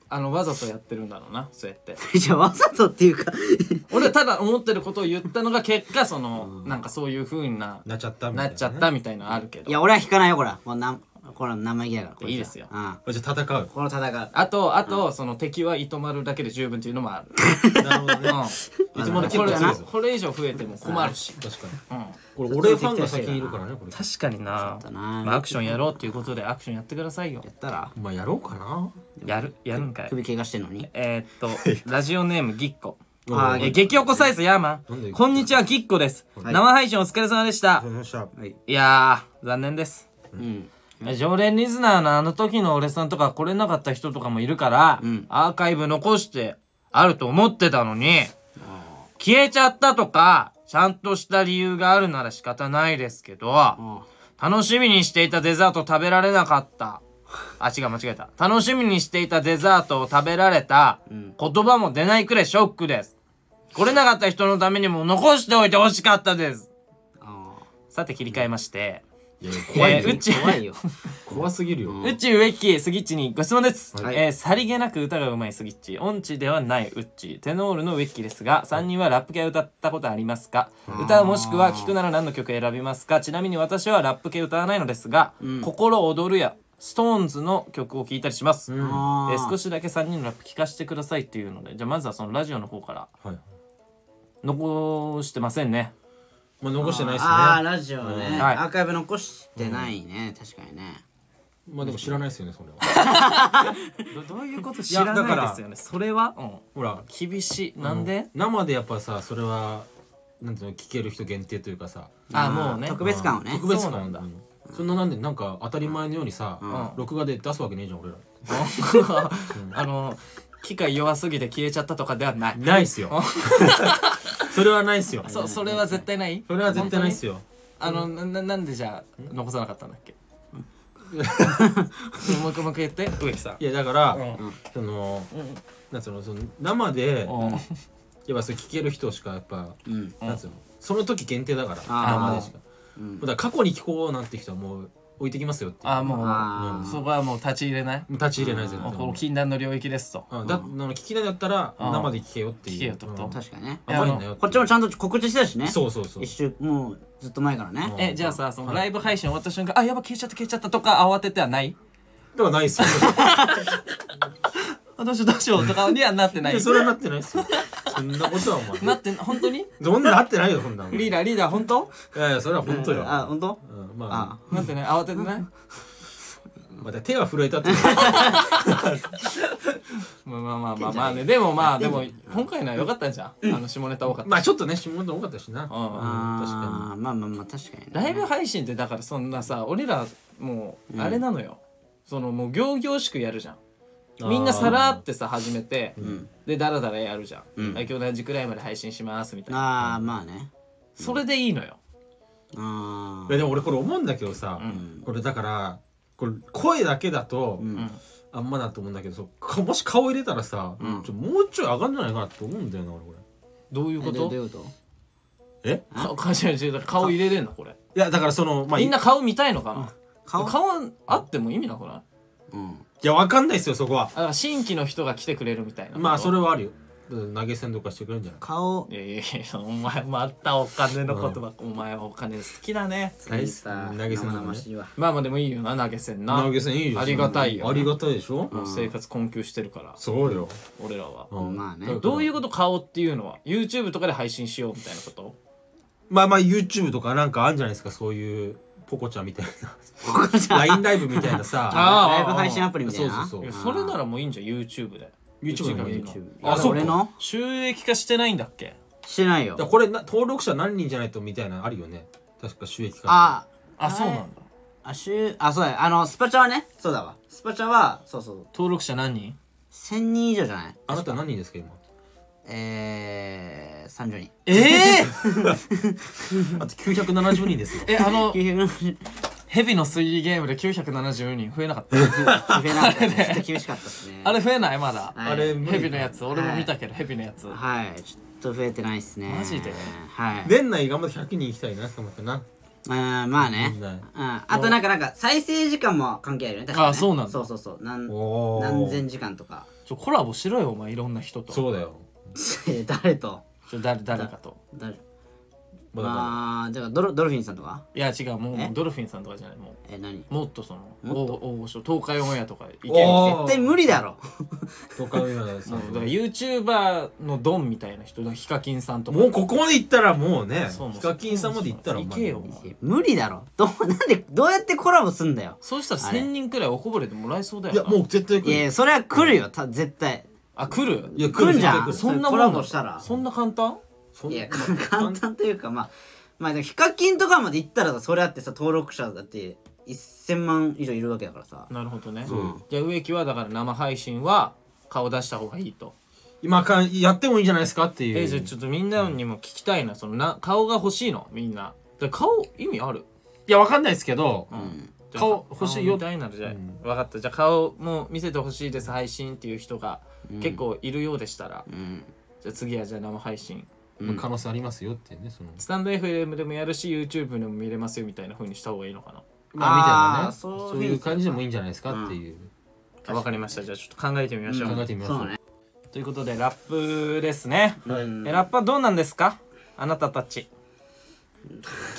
S2: あのわざとやってるんだろうなそうやって
S1: じゃあわざとっていうか *laughs*
S2: 俺はただ思ってることを言ったのが結果その、なんかそういうふうな
S3: なっちゃったみ
S2: な
S3: たいな
S2: っ
S3: ね
S2: ちゃったみたいなのあるけど
S1: いや俺は引かないよこれはもうなんこれは生意気だからこつはい
S2: いですよ
S1: うん
S3: あじゃあ戦う
S1: この戦う
S2: あとあと、その敵は糸丸だけで十分っていうのもある、
S3: なるほどね
S2: う
S3: い
S2: ん、
S3: つもの
S1: 結構
S2: これ
S1: だな
S2: これ以上増えても困るし、
S3: 確かに
S2: うん、 *laughs*
S3: これ俺ファンが先にいるからねこれ
S2: 確かにな
S1: そうだな
S2: まあ、アクションやろうっていうことでアクションやってくださいよ
S1: やったら
S3: まあやろうかな
S2: やるやるんかい
S1: 首怪我してんのに
S2: えーっとラジオネームぎっこ
S3: うん
S1: あー
S3: はい
S2: 激おこサイズヤーマ
S3: なんで
S2: ンこんにちはキッコです、
S1: はい
S2: 生配信お疲れ様でした、
S3: りました
S1: はい
S2: いやー残念です
S1: うん
S2: 常連リスナーのあの時の俺さんとか来れなかった人とかもいるから、
S1: うん
S2: アーカイブ残してあると思ってたのに消えちゃったとかちゃんとした理由があるなら仕方ないですけど、
S1: あ
S2: 楽しみにしていたデザート食べられなかった。あ、違う、間違えた。楽しみにしていたデザートを食べられた。
S1: うん
S2: 言葉も出ないくらいショックです。来れなかった人のためにも残しておいてほしかったです。
S1: あ
S2: さて切り替えまして。
S3: いや怖い
S2: えーう
S3: よ
S2: っち
S1: 怖い *laughs* よ
S3: 怖すぎるよ
S1: うん
S2: 宇宙植木スギッチにご質問です、
S1: はい
S2: えーさりげなく歌がうまいスギッチ音痴ではないウッチテノールの植木ですが3人はラップ系を歌ったことありますか歌もしくは聴くなら何の曲選びますかちなみに私はラップ系歌わないのですが「
S1: うん
S2: 心躍る」や「ストーンズの曲を聴いたりします、え
S1: あー
S2: ー少しだけ3人のラップ聴かせてくださいっていうのでじゃあまずはそのラジオの方から
S3: はい
S2: 残してませんね
S3: まあ残してないですね
S1: ああラジオね、
S2: うんはい
S1: アーカイブ残してないね、確かにね
S3: まあでも知らないですよねそれは
S2: どどういうこと知
S3: や
S2: らな
S3: だから
S2: いですよねそれは、うん
S3: ほら
S2: 厳しいなんで、
S3: 生でやっぱさそれはなんていうの聞ける人限定というかさ
S2: あもうね
S1: 特別感をね
S3: 特別
S2: そうな
S3: 感
S2: んだ
S3: うんそんななんでなんか当たり前のようにさ、
S2: ん
S3: 録画で出すわけねえじゃん俺ら
S2: *laughs* あの機械弱すぎて消えちゃったとかではない。
S3: ないっすよ *laughs* それはないっすよ
S2: そそれは絶対ない。
S3: それは絶対ないっすよ
S2: あのなななんでじゃあ残さなかったんだっ *laughs* け。もう一回もう一回言って植木さん。
S3: いやだから、
S2: うん
S3: そのなんつうのその生で
S2: うん
S3: やっぱそれ聞ける人しかやっぱ、
S1: うん
S3: なんつうのその時限定だから
S1: あ
S2: ー
S3: 生でしか、
S1: うん
S3: だから過去に聞こうなんて人はもう置いてきますよって
S2: あも
S1: あ
S2: う
S1: ー
S2: そこはもう立ち入れない。
S3: 立ち入れない絶
S2: も
S3: 対
S2: うこの禁断の領域ですと。
S3: うんだあの聞きないんだったら
S2: うん
S3: 生で聞けよっていう
S2: 聞けよとと
S1: 確かにね
S2: いや
S3: 甘いんだよ
S1: こっちもちゃ
S3: ん
S1: んと告知してたしね
S3: そうそうそう
S1: 一週もうずっと前からね
S3: うん
S2: えじゃあさそのライブ配信終わった瞬間あやば消えちゃった消えちゃったとか慌ててはない。
S3: ではないっすよ
S2: あどうしようどうしようとかにはなってない
S3: いや。それはなってないっすよそんなことはお前
S2: なって本当に？
S3: そんななってないよそんなの
S2: リー
S3: い
S2: ダーリーダー本当？
S3: やいやそれは本当よ
S1: あ本当
S3: うんまあ
S1: あ
S2: なってない慌ててない。
S3: また手が震えたっていう
S2: まあまあまあまあまあねでもまあでも今回のは良かったんじゃんあの下ネタ多かった
S3: まあちょっとね下ネタ多かったしな
S2: う
S1: あ
S2: ん
S1: あまあまあまあ確かにね
S2: ライブ配信ってだからそんなさ俺らもうあれなのよ、そのもう行々しくやるじゃんみんなさらってさ始めて、でダラダラやるじゃん、
S1: うん
S2: あ今日何時くらいまで配信しますみたいな
S1: ああまあね
S2: それでいいのよ
S1: あ
S3: いやでも俺これ思うんだけどさ、これだからこれ声だけだと、
S1: ん
S3: あんまだと思うんだけどそうかもし顔入れたらさ、ちょもうちょい上がんじゃないかなって思うんだよな俺こ
S2: どういう
S1: あ
S2: こ
S1: ど
S2: と
S1: どういうこと
S3: れえ
S2: かか違う違う顔入れれんのこれ
S3: いやだからそのまあい
S2: み
S3: い
S2: んな顔見たいのかな
S1: 顔
S2: 顔あっても意味なくない
S1: うん
S3: やわかんないですよそこは
S2: だから新規の人が来てくれるみたいな
S3: まあそれはあるようん投げ銭とかしてくれるんじゃない
S1: 顔
S2: いやいやいやお前またお金の言葉、お前はお金好きだね
S3: 大好き
S1: さ
S3: 投げ
S1: 生
S3: 銭だもん
S1: 々
S3: ね
S1: しいわ
S2: まあまあでもいいよな投げ銭な
S3: 投げ銭いいよ
S2: ありがたいよ
S3: ありがたいでしょ、
S2: もう生活困窮してるから、
S3: そうよ、
S2: 俺らは、
S3: うん
S1: まあね
S3: だから
S2: どういうこと顔っていうのは YouTube とかで配信しようみたいなこと
S3: まあまあ YouTube とかなんかあるんじゃないですかそういうポコちゃんみたいな LINE ライブみたいなさ
S2: *laughs* ああ
S1: ライブ配信アプリみたいな
S2: い
S3: そうそう
S2: や
S3: そ
S2: それならもういいんじゃん YouTube で
S3: YouTube でもいいの
S2: YouTube
S3: あそっか
S1: 俺の
S2: 収益化してないんだっけ
S1: してないうよ
S3: だからこれな登録者何人じゃないとみたいなのあるよね確か収益化
S1: あ
S2: あそうなんだ
S1: あしゅあそうだよあのスパチャはねそうだわスパチャはそうそう
S2: 登録者何人
S1: 1000人以上じゃない
S3: あなた何人ですか今
S1: えー、30人
S2: ええ
S3: *laughs* あと970人ですよ
S2: *laughs* えあの
S1: 970
S2: ヘビの推理ゲームで970人増えなか *laughs* った
S1: 増えなかったねちょっと厳しかったですね
S2: あれ増えないまだ、
S1: はい
S3: あれ無
S2: ヘビ
S3: 理
S2: のやつ俺も見たけど、ヘビのやつ
S1: はいちょっと増えてないっすね
S2: マジで
S1: はい
S3: 年内頑張って100人いきたいなと思ったな
S1: うんまあね
S3: みん
S1: う
S3: なん
S1: あとなんかなんか再生時間も関係あるよね確かに、ね、
S2: あそうなんだ
S1: そうそうそうなん
S3: おー
S1: 何千時間とか *laughs*
S2: ちょコラボしろよお前いろんな人と
S3: そうだよ
S1: え誰と
S2: ちょ誰誰かと
S1: 誰
S3: まあだか
S1: まあじゃあドルドルフィンさんとか
S2: いや違うもうもうドルフィンさんとかじゃないも
S1: え何
S2: うもっとその大大御所東海オンエアとかいける
S3: おー
S1: 絶対無理だろ
S3: らとかいうようなさ
S2: もうだから YouTuber のドンみたいな人だからヒカキンさんとか
S3: もうここまで行ったらもうね
S2: そうもう
S3: ヒカキンさんまで行ったら
S2: そう
S3: まあ
S2: 行けよ
S1: 無理だろどうなんでどうやってコラボすんだよ
S2: そうしたら1000人くらいおこぼれてもらえそうだよ
S3: いやもう絶対行く
S1: いやいやそれは来るよた絶対
S2: あ来る
S3: いや来
S1: 来
S3: る
S1: んじゃ
S3: 絶対来
S1: ん
S3: る
S1: そ
S3: そん
S1: んな
S3: なも
S1: コ
S3: んな
S1: ラ
S3: の
S1: ボしたら
S3: そんな簡単そん
S1: いや
S3: まあ
S1: 簡単というかまあまあでもヒカキンとかまで行ったらさそれあってさ登録者だって1000万以上いるわけだからさ
S2: なるほどね、
S3: うん
S2: じゃあ植木はだから生配信は顔出した方がいいと、
S3: 今かんやってもいいんじゃないですかっていう
S2: えじゃあちょっとみんなにも聞きたいなそのな顔が欲しいのみんなで顔意味ある
S3: いやわかんないですけど、
S1: うん
S2: じゃあ
S3: 顔欲しいよ
S2: 顔見たいならじゃあ、
S3: うん
S2: 分かったじゃあ顔も見せてほしいです配信っていう人が結構いるようでしたら、
S1: うん
S2: じゃあ次はじゃあ生配信
S1: うん
S3: 可能性ありますよっていうねその
S2: スタンド FM でもやるし YouTube でも見れますよみたいな風にした方がいいのかな
S3: まあ
S1: あー
S3: みたいなね
S1: そう
S3: そういう感じでもいいんじゃないですかっていう、
S2: あわかりましたじゃあちょっと考えてみましょう、
S1: うん
S3: 考えてみましょう
S1: そうね
S2: ということでラップですね、
S1: うん
S2: えラップはどうなんですかあなたたち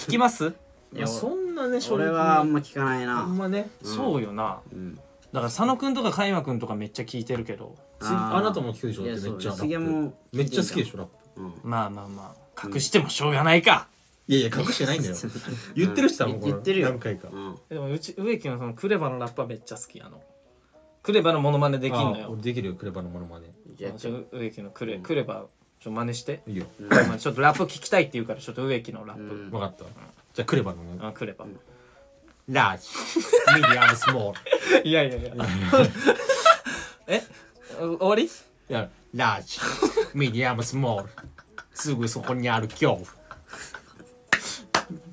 S2: 聞きます
S1: *laughs* いや
S3: んなね
S1: それはあんま聞かない
S3: あ
S1: なん
S3: まね
S2: そうよな
S1: うん
S2: だから佐野くんとか海馬くんとかめっちゃ聞いてるけど
S3: つあなたも聞くでしょ
S1: い
S3: だ
S1: や
S3: ってめ
S1: そ
S3: っ
S1: う
S3: ちゃラップ
S1: 杉山も
S3: めっちゃ好きでしょラップ
S2: まあまあまあ隠してもしょうがないか、
S3: いやいや隠してない
S1: *laughs*
S3: んだよ言ってるし多分これ
S1: 言ってるよ
S3: 何回か
S1: うん
S2: でもうち植木のそのクレバのラップはめっちゃ好きやのクレバのモノマネできんの
S3: あ
S2: よ
S3: 俺できるよクレバのものまね
S1: じゃあ
S2: ち
S1: ち
S2: ょ
S1: ょっ
S2: っと植木のクレクレバちょっと真似して、
S3: いいよ
S2: まあちょっとラップ聞きたいって言うからちょっと植木のラップ、
S1: うん
S3: 分かったじゃあクレバのもの
S2: あクレバ、
S3: ラージミディアムスモール
S2: いやいやいや *laughs* え終わり
S3: いやラージミディアムスモールすぐそこにある恐 *laughs*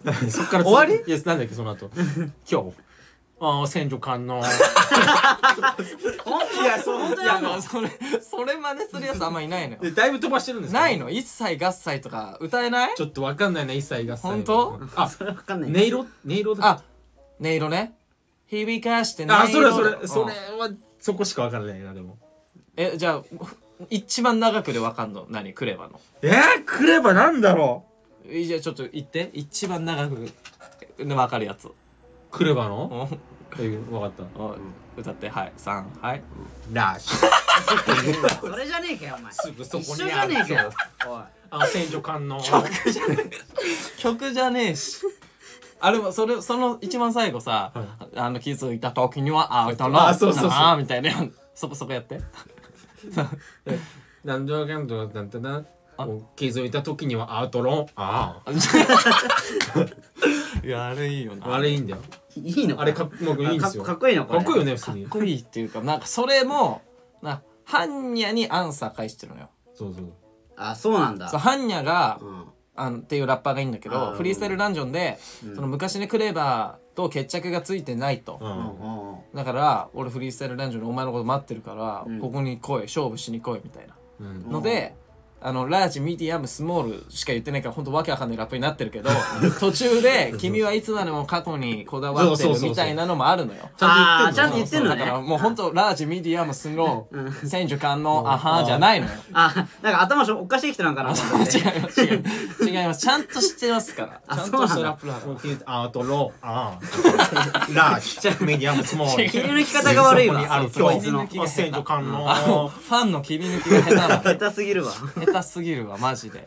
S3: 怖そっから
S2: 終わり
S3: いやなんだっけその後 *laughs* 恐怖ああ戦場観音
S1: といやそう本当
S2: いやまあそれそれ真似するやつあんまいないのよ
S3: でだいぶ飛ばしてるんですけど
S2: ないの一切合切とか歌えない
S3: ちょっとわかんないね一切が
S2: 本当
S3: あ
S1: 分かんない
S3: 音色音色だ
S2: あ音色ね響かして音色
S3: あそれそれ
S2: うん
S3: それはそこしかわからないなでも
S2: えじゃあ一番長くでわかんの何クレバの
S3: えー、クレバなんだろ
S2: えじゃあちょっと言って一番長くわかるやつ
S3: うクレバ
S2: う
S3: の
S2: ん
S3: えわかった
S2: うん歌ってはい三はい
S3: ラッシ
S1: それじゃねえかよお前
S3: すぐそこに
S1: 一緒じゃねえかよおい
S3: あ戦場観音
S2: 曲じゃねえしあれもそれその一番最後さ、あの気づいた時にはアウトロー
S3: あそうそうそう
S2: あーみたいなそこそこやって
S3: なんでわかんとなんてな
S2: あ
S3: 気づいた時にはアウトロンあ
S2: いやあれいいよ
S3: あ
S2: な
S3: あれいいんだよ
S1: いいの
S3: あれかっもういいんですよ
S1: あかっかっこいいのこ
S3: か
S1: れ
S3: っこいいよね普通
S2: かっ
S3: に
S2: こいいっていうかなんかそれもなハンニャにアンサー返してるのよ
S3: そうそう
S1: あそうなんだ
S2: そうハンニャが、
S1: うん
S2: あのっていうラッパーがいいんだけ
S1: あ
S2: ど
S1: ー
S2: フリースタイルダンジョンで、
S1: うん
S2: その昔ねクレバーと決着がついてないと、
S3: うん
S1: うんうん
S2: だから俺フリースタイルダンジョンでお前のこと待ってるから、
S1: うん
S2: ここに来い勝負しに来いみたいな
S3: うん
S2: ので、あのラージミディアムスモールしか言ってないから本当わけわかんないラップになって
S1: *laughs*
S2: るけど途中で「君はいつまでも過去にこだわって
S3: そうそうそう
S2: る」
S3: そう
S2: みたいなのもあるのよ。
S3: ちゃん
S1: あ
S3: と言ってんの
S1: ーちゃんと言ってんの
S2: だから
S1: ね
S2: もう本当ラージミディアムスの千手観
S1: *laughs*
S2: 音アハーじゃないのよ。
S1: あなんか頭おかしい人なんかなと思って
S2: *laughs* 違います違います違いますちゃんと知ってますから
S1: あ
S2: ちゃんとし
S1: そ
S2: た
S1: うな
S2: ラ
S1: ん
S2: ップだか
S3: もう気づいたアウトロン
S1: *laughs*
S3: ああラージメディアムスモール
S1: 切り抜き方が悪い
S3: そこに
S1: わ
S3: ある
S1: そいつ
S2: 今
S1: の
S2: 日
S3: あ戦場観音
S2: らあのファンの切り抜きが下手
S1: 下手すぎるわ
S2: なの下手すぎるわマジで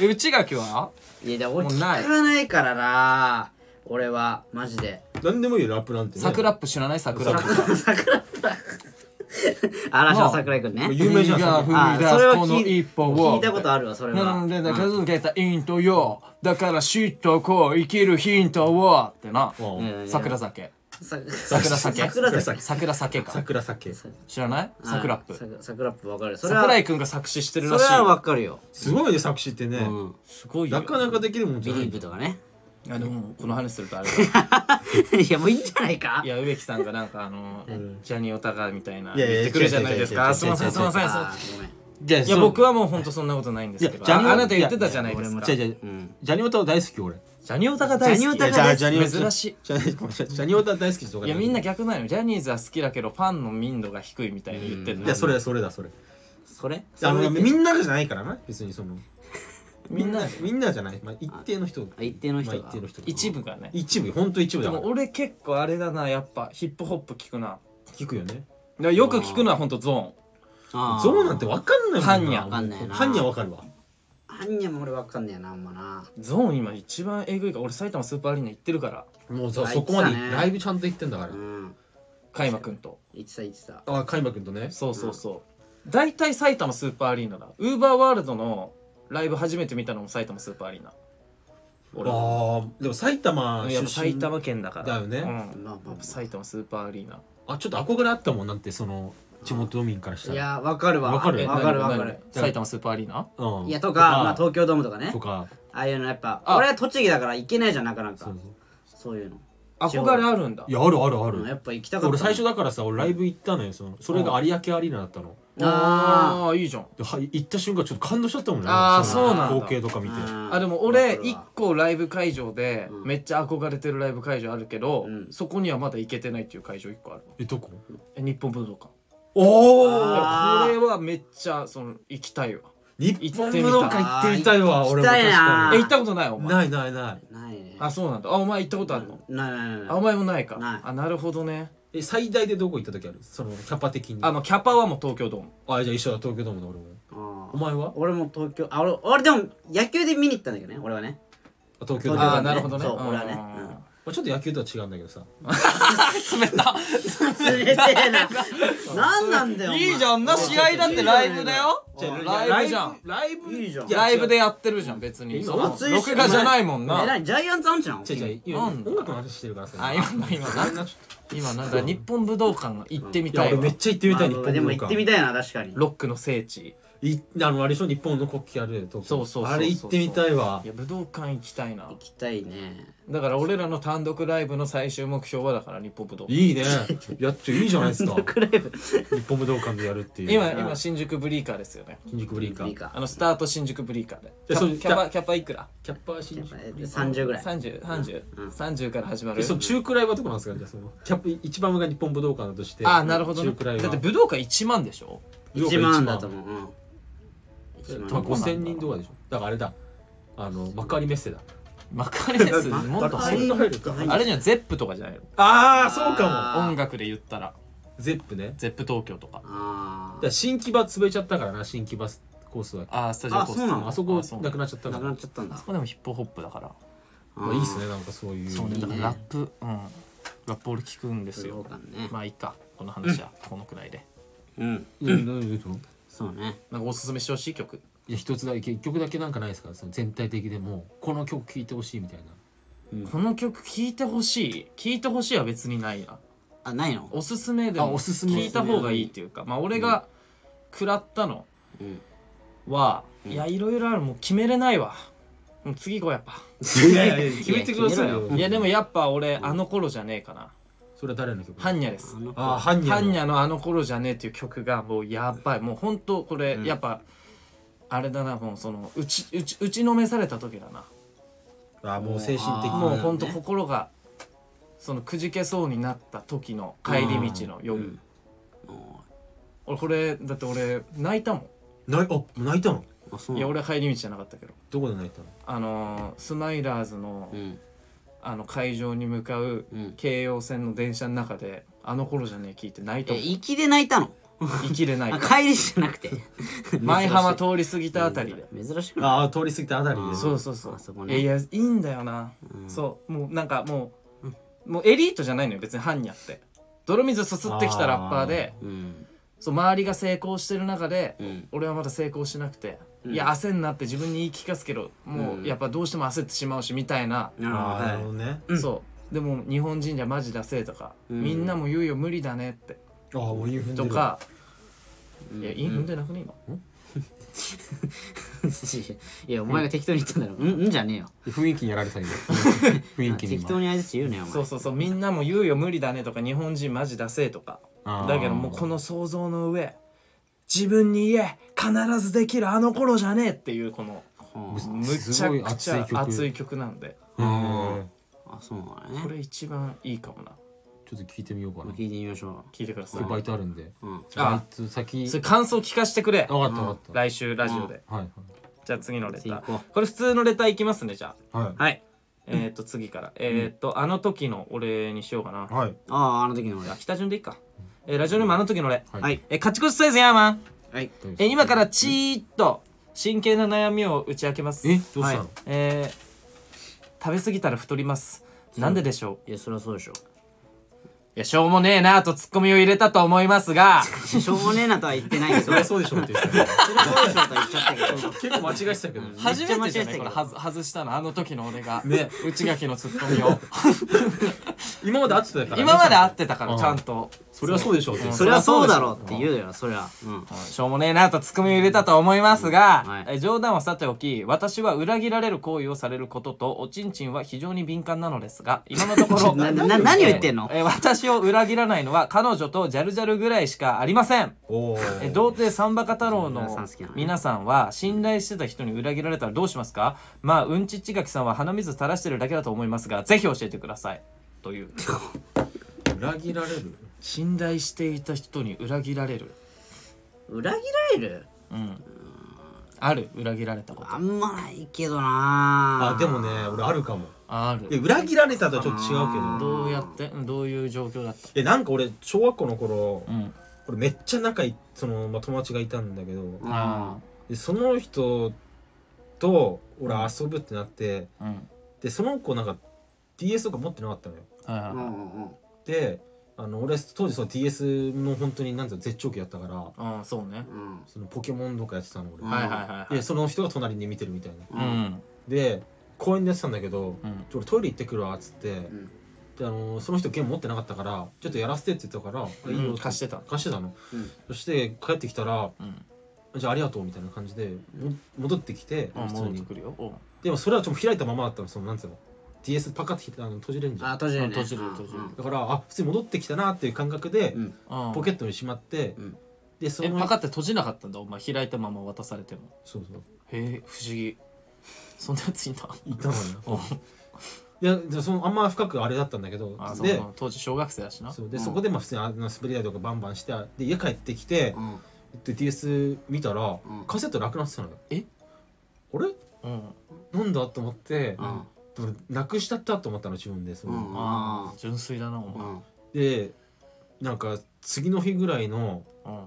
S2: え内垣はい
S1: やでも俺
S2: もう
S1: 聞
S2: ない
S1: かないからな俺はマジで
S3: なんでもいいよラップなんてね
S2: 桜ップ知らない桜ップ
S1: 嵐の桜井くんね
S3: 有名じゃん
S2: 君が踏み出
S1: あそれ
S2: す
S1: は
S2: この
S1: 聞い
S2: 一歩を
S1: 聞いたことあるわそれは
S2: なんでだ数づけたイントよだから知っとこう生きるヒントをってな
S3: うん
S1: うん
S2: 桜酒
S1: さ
S2: 桜酒
S1: 桜酒
S2: 桜酒か
S3: 桜酒
S2: 知らない桜ッ
S1: あ
S2: プ
S1: さ桜ップわかるそれは
S2: 桜井くんが作詞してる
S1: そ
S2: らし
S1: れ
S2: い
S1: はわかるよ
S3: すごいね作詞ってね、
S1: うん
S2: すごいよ
S3: なかなかできるもんじ
S1: ビ
S3: ゃな
S1: リ
S3: い
S1: ーブとかね *laughs*
S2: あでもこの話するとあれだ
S1: いやもういいんじゃないか
S2: いや植木さんがなんかあの
S3: ん
S2: ジャニオタがみたいない
S3: やいや
S2: 言ってくるじゃないです
S3: 違う違う違
S2: か
S3: う
S2: すいませんすいませんすいま
S1: あーごめん
S3: じゃあ
S2: せんいや僕はもう本当そんなことないんですけどああ
S3: オ
S2: なた言ってたじゃないですか
S3: や
S2: ジ
S3: いや俺も
S1: う
S3: 違う違う
S1: ん
S3: ジャニオタは大好き俺
S2: ャニオタが大好き
S1: ジャニオタが
S2: い
S1: 大好
S2: や
S1: き
S2: ジャニオタ珍しい
S3: ジャニごめんなさいジャニオタは大好きとか
S2: いやみんな逆なのよジャニーズは好きだけどファンの民度が低いみたいに言ってる
S1: う
S2: の
S1: ん
S3: いやそれそれだそれ
S1: それ
S3: あの
S1: み
S3: みんなじゃないからな別にその
S2: みんな
S3: みんなじゃない、まあ、一定の人
S1: あ一定の人が
S3: まあ一定の人が
S2: 一部がね
S3: 一部本当一部
S2: で
S3: だか
S2: も
S3: ら
S2: 俺結構あれだなやっぱヒップホップ聞くなだか
S3: 聞くよね
S2: らよく聞くのは本当ゾ
S1: あー
S3: ゾウなんてわかんないもんな
S2: ハンニャ
S1: わかんないな
S3: ハンニャわかるわ
S1: あんにゃも俺わかんねえなあんまな
S2: ーンゾーン今一番えぐいから俺埼玉スーパーアリーナ行ってるから
S3: もうさ
S1: あ
S3: そこまで
S1: 言ってたね
S3: ライブちゃんと行ってんだから
S1: うん
S2: 海馬くんと
S1: 言ってた言ってた
S3: あ海馬くんとね
S2: そうそうそう大体埼玉スーパーアリーナだウーバーワールドのライブ初めて見たのも埼玉スーパーアリーナ俺は
S3: あーでも埼玉出
S2: やっぱ
S3: 身
S2: 埼玉県だから
S3: だよね
S2: うん
S1: まあまあまあ
S2: やっぱ埼玉スーパーアリーナ
S3: あちょっと憧れあったもんなんてその地元民からした
S1: い
S3: ら
S1: やわかるわ
S3: わかる
S2: え
S1: わかる
S2: 何
S1: わか
S2: 何
S1: る
S2: 埼玉スーパーアリーナ
S3: うん
S1: いやとかまあ東京ドームとかね
S3: とか
S1: ああいうのやっぱ
S2: あ
S1: 俺は栃木だから行けないじゃんなかな
S3: そ
S1: か
S3: うそ
S1: そ
S3: う
S1: ういうの
S2: 憧れあるんだ
S3: いやあるあるあ
S1: うんや
S3: る
S1: っぱ行きたかった
S3: 俺最初だからさ俺ライブ行ったのよそのそれが有明アリーナだったの
S1: あ
S2: あーいいじゃん
S3: では行った瞬間ちょっと感動しちゃったもんね
S2: あー
S1: そうなん
S2: だ
S3: 光景とか見て
S2: あでも俺
S1: 一
S2: 一個ライブ会場で
S1: うん
S2: めっちゃ憧れてるライブ会場あるけど、
S1: うん
S2: そこにはまだ行けてないっていう会場一個ある
S3: えどこ
S2: え日本武道館
S3: お
S1: あー
S2: これはめっちゃその行きたいわ
S3: 日本武道館行ってみたいわ
S1: 行
S3: 俺
S1: き
S3: も
S1: たい
S3: 確
S1: な
S3: か
S2: え行ったことないお
S3: に
S2: 前
S3: ないないない
S1: ないね
S2: あそうなんだあお前行ったことあるの
S1: ないないない
S2: あお前もないか
S1: ない
S2: あなるほどね
S3: え最大でどこ行った時あるそのキャパ的に
S2: あのキャパはもう東京ドーム
S3: あじゃあ一緒だ東京ドームの俺も
S1: あ
S3: お前は
S1: 俺も東京あ俺俺でも野球で見に行ったんだけどね俺はね
S3: あ東京
S1: 東
S3: ドーム
S1: 京ドーム
S2: あーなるほどね
S1: そう俺はね
S2: あ
S3: まあちょっと野球とは違うんだけどさ
S2: ー冷た
S1: 冷てえな何 *laughs* なんだよお前
S2: いいじゃんな試合だってライブだよ
S1: じゃあ
S2: ライブじゃん
S3: ライブ
S1: いいじゃん
S3: いや
S2: ライブでやってるじゃん別に
S3: 今
S2: その
S1: 暑いし
S2: 録画じゃないもん
S1: え
S2: な
S1: 何ジャイアンツアンチなの
S3: 違う違う今
S2: なんだ
S3: 音楽の話してるからさ
S2: あ今の今
S3: ごめ
S2: なんん
S3: な
S2: だ
S3: ちょっ
S2: 今なんだ日本武道館行ってみ
S3: といや
S2: たい
S3: 俺
S2: わ
S3: めっちゃ行ってみたい日
S1: まあ
S3: 本武
S1: でも
S3: 道
S1: 行ってみ
S3: 館
S1: たいな確かに
S2: ロックの聖地
S3: いあのあれでしょ日本の国旗あるとこ
S2: そうそうそうそう
S3: あれ行ってみたいわ
S2: いや武道館行きたいな
S1: 行きたいね
S2: だから俺らの単独ライブの最終目標はだから日本武道館 *laughs*
S3: いいねやっちゃいいじゃないですか
S1: クライブ
S3: 日本武道館でやるっていう
S2: 今今新宿ブリーカーですよね
S3: 新宿ブリーカ
S1: いい
S3: ー
S1: か
S2: あのスタート新宿ブリーカーでキ
S3: えそう
S2: ャキャパキャパいくら
S3: キャッパー新宿
S1: 30ぐらいうん
S2: 3030から始ま
S3: え
S2: る
S3: その中くらいはどこなんですかじゃあそのキャップ一番上が日本武道館だとして
S2: あなるほどね
S3: 中くらいは
S2: だって武道館1万でしょ
S1: 1万だと思ううん1
S3: えまあ
S1: 万
S2: こ
S3: 5000人とかでしょだからあれだあの幕張メッセだ
S2: マカレ *laughs* スもっと入る
S3: 入るか
S2: あれにはゼップとかじゃないの
S3: ああ
S1: そうか
S2: 音楽で言ったら
S3: もゼップねだか
S2: ゼップ東京とから
S1: あ
S3: ら新木場潰れちゃったからな新木場コースは
S2: あースタジオコース
S1: あそうなの
S3: あそこ
S2: そう
S3: なくなっちゃった
S1: あな
S3: か
S1: く
S3: ら
S1: なっちゃったんだ
S2: あそこでもヒップホップだから
S3: まあいいっすねなんかそういう
S2: そうねだから
S1: ね
S2: ラップうんラップ俺聞くんです
S1: 武道
S2: よ
S1: 館ね
S2: まあいいかこの話はこのくらいで
S1: うん
S3: いや何言うの
S1: そうね
S2: なんかおすすめしてほしい曲
S3: いや一つだけ一曲だけなんかないですかその全体的でもうこの曲聴いてほしいみたいな
S2: この曲聴いてほしい聴いてほしいは別にないな
S1: あないの
S2: おすすめで
S3: あ
S2: も
S3: おすすめ
S2: 聞いた方がいいっていうかまあ俺が食らったの
S1: うん
S2: は、
S1: うん
S2: いやいろいろあるもう決めれないわもう次行こうやっぱ、
S3: いや *laughs* いや決めてくださいよ
S1: うん
S2: いやでもやっぱ俺、
S1: ん
S2: あの頃じゃねえかな
S3: それは誰の曲
S2: ハンニャです
S1: の
S3: ああハンニャ
S2: ハンニ
S3: ャ
S2: ャの「あの頃じゃねえ」っていう曲がもうやばいもうほんとこれ、
S1: うん
S2: やっぱあれだなもうその打ち打ち打ちのめされた時だな
S3: ああもう精神的
S1: あー
S2: もう
S3: な
S2: ほんと心がそのくじけそうになった時の帰り道の夜、
S1: うんあ
S2: 俺これだって俺泣いたもん、
S3: ないあもう泣いたの
S1: あそう
S2: い
S1: い
S2: や俺は帰り道じゃなかったけど
S3: どこで泣いたの
S2: あのースマイラーズの,、
S1: うん
S2: あの会場に向かう
S1: うん
S2: 京葉線の電車の中で「あの頃じゃねえ」聞いて泣いたも
S1: え
S2: ん
S1: 行きで泣いたの
S2: 生きれない
S1: あ
S2: から
S1: 帰りじゃな
S2: *laughs*
S1: くて
S2: 舞浜通り過ぎたあたりで
S1: 珍しくない
S3: ああ通り過ぎたあたりで
S2: そうそうそ、
S1: あそうこね
S2: いやいやいいんだよな、
S1: うん
S2: そうもうなんかもう、もうエリートじゃないのよ別にハンニャって泥水すすってきたラッパーで
S1: うん
S2: そう周りが成功してる中で、
S1: うん
S2: 俺はまだ成功しなくて、
S1: うん
S2: いや焦んなって自分に言い聞かすけども
S1: うん
S2: うやっぱどうしても焦ってしまうしみたいな、
S1: なる
S3: ああなるほ
S1: ほ
S3: どね
S2: そうでも日本人じゃマジだせえとか、
S1: うん
S2: みんなも言うよ無理だねって
S3: ああもう言うふんで
S2: と
S3: る
S2: か、
S1: ど
S2: いや
S1: い
S2: いい踏んでなくね今、
S1: *laughs* いやお前が適当に言ったんだろうんうんじゃねえよ
S3: 雰囲気にやられ *laughs* たんだ雰囲気に
S1: 適当にあいつ言うねお前
S2: そうそうそうみんなも言うよ無理だねとか日本人マジだせえとかだけどもうこ
S3: の
S2: の想像の上自分に言え必ずできるあの頃じゃねえっていうこの
S1: は
S2: むちゃくちゃ熱
S3: 熱
S2: い
S3: い
S2: 曲なんで
S3: うん
S1: ああそうなの
S2: こ
S1: ね
S2: れ一番いいかもな
S3: ちょっと聞いてみようか
S1: ま
S3: な
S1: あ聞いてみましょ
S2: 聞いてくださ
S3: これバイ
S2: い
S3: トあるんで
S1: ううん
S2: あ
S3: バイト先
S2: それ感想聞かせてくれ
S3: 分かった分かっ
S2: 来週ラジオで
S3: たはい
S2: じゃあ次のレタ
S1: 次行
S2: ー
S1: こ
S2: これ普通のレターいきますねじゃあ
S3: はいはい
S1: はい
S2: えっと次からえっとあの時のお礼にしようかな
S3: はい
S1: あああの時の俺
S2: あ北順でいいかえーラジオネームあの時の俺
S3: はい
S1: はい
S2: えー勝ち越しサイズヤーマン
S1: はい
S2: えー今からチーッと真剣な悩みを打ち明けます
S3: えどうしたの
S2: はいえー食べ過ぎたら太りますなんででしょう
S1: いやそりゃそうでしょ
S2: や、しょうもねえなとツッコミを入れたと思いますが、
S3: *laughs*
S1: しょうもねえなとは言ってないです
S3: そ
S1: よ
S3: りゃ
S1: そ
S3: そうでし *laughs* ょって言ってたよ
S1: れそうでしょとは言っちゃったけど
S3: 結構間違えてたけどね
S1: めっ
S2: 初
S1: ちゃ間違え
S2: めて
S1: て
S2: じ
S1: たけど
S2: ゃないこれはず外したの、あの時の俺が。 *laughs*
S3: ね
S2: 内垣のツッコ
S3: *laughs*
S2: ミを。
S3: 今まで会ってたからね
S2: 今まで会ってたか
S3: う
S2: ら、
S3: ん
S2: ちゃんと。
S3: そりゃそうでしょって言って
S1: そ
S3: た
S1: りゃそうだろうって言うよそりゃうん
S2: うんしょうもねえなとツッコミを入れたと思いますが、
S1: うんはい
S2: え冗談はさておき私は裏切られる行為をされることとおちんちんは非常に敏感なのですが今のとこ
S1: *laughs*
S2: ろ
S1: なな何を言ってんの
S2: えーえー私を裏切らないのは彼女とジャルジャルぐらいしかありません
S3: お
S2: え
S3: ー
S2: 童貞サンバカ太郎
S1: 皆さん
S2: の
S1: 好きなのね
S2: 皆さんは信頼してた人に裏切られたらどうしますかまあうんちっちがきさんは鼻水垂らしてるだけだと思いますがぜひ教えてくださいという
S3: 裏切られる
S2: 信頼していた人に裏切られる
S1: 裏切られる
S2: うんある裏切られたこと
S1: あんまないけどな
S3: あでもね俺あるかも
S2: あ
S3: いや
S2: る
S3: 裏切られたとはちょっと違うけ
S2: ど
S3: ど
S2: うやってうんどういう状況だった
S3: えなんか俺小学校の頃
S2: うん
S3: 俺めっちゃ仲いいその、まあ、友達がいたんだけど
S1: あ
S3: でその人と俺遊ぶってなって
S2: あうん
S3: でその子なんか DS とか持ってなかったのよ
S2: はい
S1: う
S2: はい
S1: んう
S2: はい
S1: んうん
S3: であの俺当時その DS の本当になんていうの絶頂期だったから
S2: ああそうね
S1: うん
S3: そのポケモンとかやってたの俺、
S1: うん
S2: はいはいはいは
S3: で
S2: い
S3: その人が隣に見てるみたいな
S1: う
S2: うんん
S3: で公園でやってたんだけど
S2: うん
S3: ちょ俺トイレ行ってくるわっつって、
S1: ん
S3: であのその人ゲーム持ってなかったからちょっとやらせてって言ったから、
S2: ん
S3: いいよ
S2: 貸してた
S3: 貸してたの、
S1: うん
S3: そして帰ってきたら
S2: うん
S3: じゃあありがとうみたいな感じでも戻ってきて、
S2: あ
S3: 普通
S2: 戻って
S3: に
S2: くるよおう
S3: でもそれはちょっと開いたままだったのそのなんつうの DS パカッて開いてあの閉じれんじゃ
S1: あ
S3: ん
S1: 閉じるね
S2: 閉じる閉じる
S3: だからあ普通に戻ってきたなっていう感覚で、
S1: うん
S2: ああ
S3: ポケットにしまって、
S1: うん
S3: でそ
S2: え
S3: の
S2: パカって閉じなかったんだお前開いたまま渡されても
S3: そうそう
S2: へえ不思議そんなやつ *laughs* いた
S3: いたのよ
S2: おう
S3: いやでそのあんま深くあれだったんだけど
S2: あそう
S3: で
S2: うん当時小学生だしな
S3: そうで、そこでまあ普通にあの滑り台とかバンバンしてで家帰ってきて、
S1: うん
S3: で DS 見たら、
S1: ん
S3: カセットなくなってたのよ
S2: え
S3: あれ
S2: うん
S3: なんだと思って、
S1: うん
S3: 俺なくしちゃったと思ったの自分でそれ
S1: うん
S2: ああ純粋だなお
S1: うん
S2: 前
S3: でなんか次の日ぐらいの
S2: うん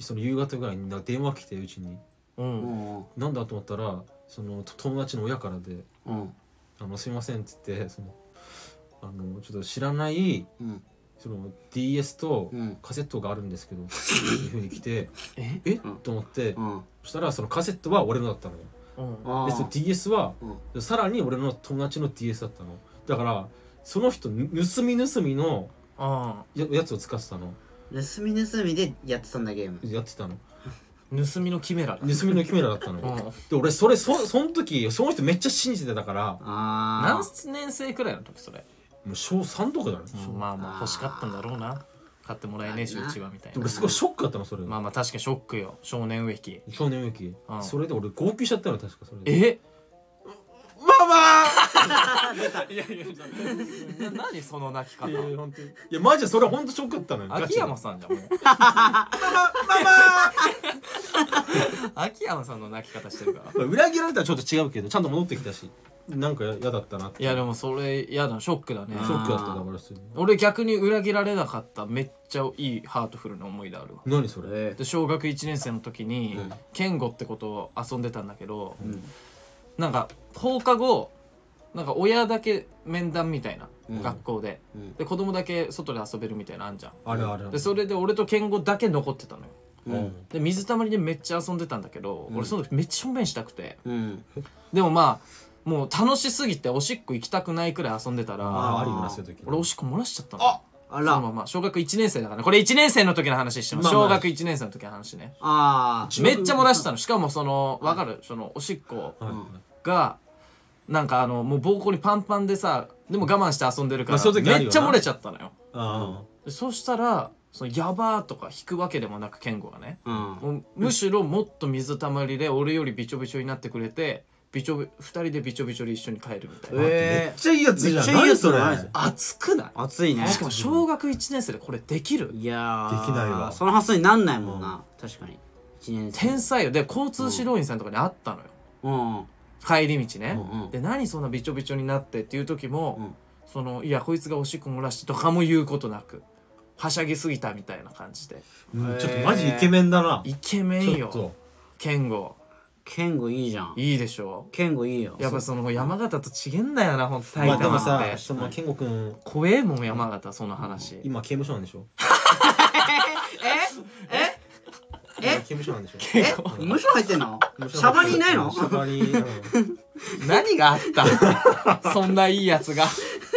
S3: その夕方ぐらいになんか電話来てうちに
S2: うん
S1: うん
S3: なんだと思ったらそのと友達の親からで
S1: うん
S3: 「あのすいません」っつってそのあのちょっと知らない
S1: うん
S3: その DS と
S1: うん
S3: カセットがあるんですけど、っていうふうに来て
S2: え
S3: え、
S1: うん
S3: と思って、
S1: うん
S3: そしたらそのカセットは俺のだったのよ
S2: うん
S1: あ
S3: でその DS は
S1: うん
S3: さらに俺の友達の DS だったのだからその人盗み盗みの
S2: あ
S3: ややつを使ってたの
S1: 盗み盗みでやってたんだゲーム
S3: やってたの
S2: あ盗みのキメラだ
S3: 盗みのキメラだったの
S2: う
S3: よ
S2: ん
S3: で俺それそその時その人めっちゃ信じてたから
S1: あ
S2: 何年生くらいの時それ
S3: もう小3とかだね、
S2: う
S3: 小
S2: んまあまあ欲しかったんだろうな買ってもらえねえし
S1: まあ
S2: う
S1: な
S2: ちはみたい
S3: で
S2: な
S3: 俺すごいショックだったのそれ、
S2: まあまあ確かにショックよ少年植木
S3: 去年植木、
S2: うん
S3: それで俺号泣しちゃったの確かそれで
S2: え
S3: ママー
S2: *laughs* いやいや何その泣き方
S3: いやいや本当にいやマジでそれ本当ショックだったのよガチ
S2: 秋
S3: で
S2: 山さんじゃんもう *laughs* 秋山さんの泣き方してる
S3: *laughs*
S2: から
S3: まあ裏切られたらちょっと違うけどちゃんと戻ってきたしなんかや嫌だったなって
S2: いやでもそれ嫌だショックだね
S3: ショックだっただからそれ
S2: 俺逆に裏切られなかっためっちゃいいハートフルな思い出あるわ
S3: 何それ
S1: え
S2: で小学1年生の時に、
S1: うん
S2: 剣吾ってことを遊んでたんだけど、
S1: ん
S2: なんか放課後なんか親だけ面談みたいな、
S1: うん
S2: 学校で
S1: うん
S2: で子供だけ外で遊べるみたいなのあんじゃ
S3: あれあれ
S2: んでそれで俺と剣吾だけ残ってたのよ
S3: うん
S2: で水たまりでめっちゃ遊んでたんだけど、
S1: うん
S2: 俺その時めっちゃしょんべんしたくて
S1: うん
S2: でもまあもう楽しすぎておしっこ行きたくないくらい遊んでた
S3: あ
S2: ら
S3: ああるよなそういう時
S2: 俺おしっこ漏らしちゃったの
S1: ああ
S2: その
S1: ら
S2: まま小学1年生だからねこれ1年生の時の話してます、
S3: まあまあ
S2: 小学1年生の時の話ね
S1: あー
S2: めっちゃ漏らしたのしかもそのわかるそのおしっこ
S3: はい
S1: うん
S2: がなんかあのもう膀胱にパンパンでさでも我慢して遊んでるか
S3: まあそう
S2: ら
S3: いう時ある
S2: めっ
S3: よな
S2: ちゃ漏れちゃったのよ
S3: あ
S2: でそしたらそのやばーとか引くわけでもなく健吾がね
S1: うん
S2: もうむしろもっと水たまりで俺よりびちょびちょになってくれてびちょび2人でびちょびちょで一緒に帰るみたいな
S3: め
S1: え
S3: っちゃいいやつじゃん
S1: めっちゃいいやつだね
S3: 何それ
S2: 熱くな
S1: 暑いね
S2: いしかも小学1年生でこれできる
S1: いやー
S3: できないわ
S1: その発想になんないもんな確かに一年生
S2: 天才よで交通指導員さんとかに会ったのよ
S1: うんうん
S2: 帰り道ね、
S1: うんうん
S2: で何そんなびちょびちょになってっていう時も、
S1: うん
S2: そのいやこいつがおしっこ漏らしてとかも言うことなくはしゃぎすぎたみたいな感じで
S3: うんちょっとマジイケメンだな
S2: イケメン
S3: ちょっ
S2: よ
S3: と
S2: 健吾
S1: ケンゴいいじゃん
S2: いいでしょ
S1: ケンゴいいよ *laughs*
S2: やっぱその山形と違えんだよなほんと埼
S3: まあで
S2: 玉
S3: も
S2: って、
S3: さその健吾くん
S2: 怖えもん山形その話、
S3: 今刑務所なんでしょ
S1: え
S3: 今刑務所なんでしょ
S1: え無所入ってんのシャバにいないの
S3: シャバにうん
S2: 何があった *laughs* そんないいやつが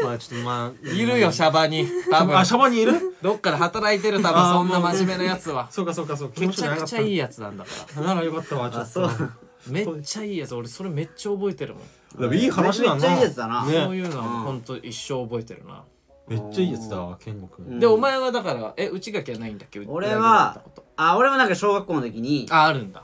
S3: まあちょっとまあ
S2: いるよシャバに多分
S3: あシャバにいる
S2: どっかで働いてる多分そんな真面目なやつは
S3: そうかそうかそうか
S2: めちゃくちゃいい
S3: い
S2: やつなんだから
S3: ならよかったわちょっと
S1: あそう
S2: めっちゃいいやつ俺それめっちゃ覚えてるもん、
S3: でもいい話だな
S1: めっちゃいいやつだな
S3: ね
S2: そういうのはほんと一生覚えてるな、
S3: めっちゃいいやつだわ健吾く
S1: うん
S3: ん
S2: でお前はだからえ内垣はないんだっけ
S1: 俺
S2: 裏切られた
S1: は
S2: こと
S1: あ俺もなんか小学校の時にあ
S2: ああるんだ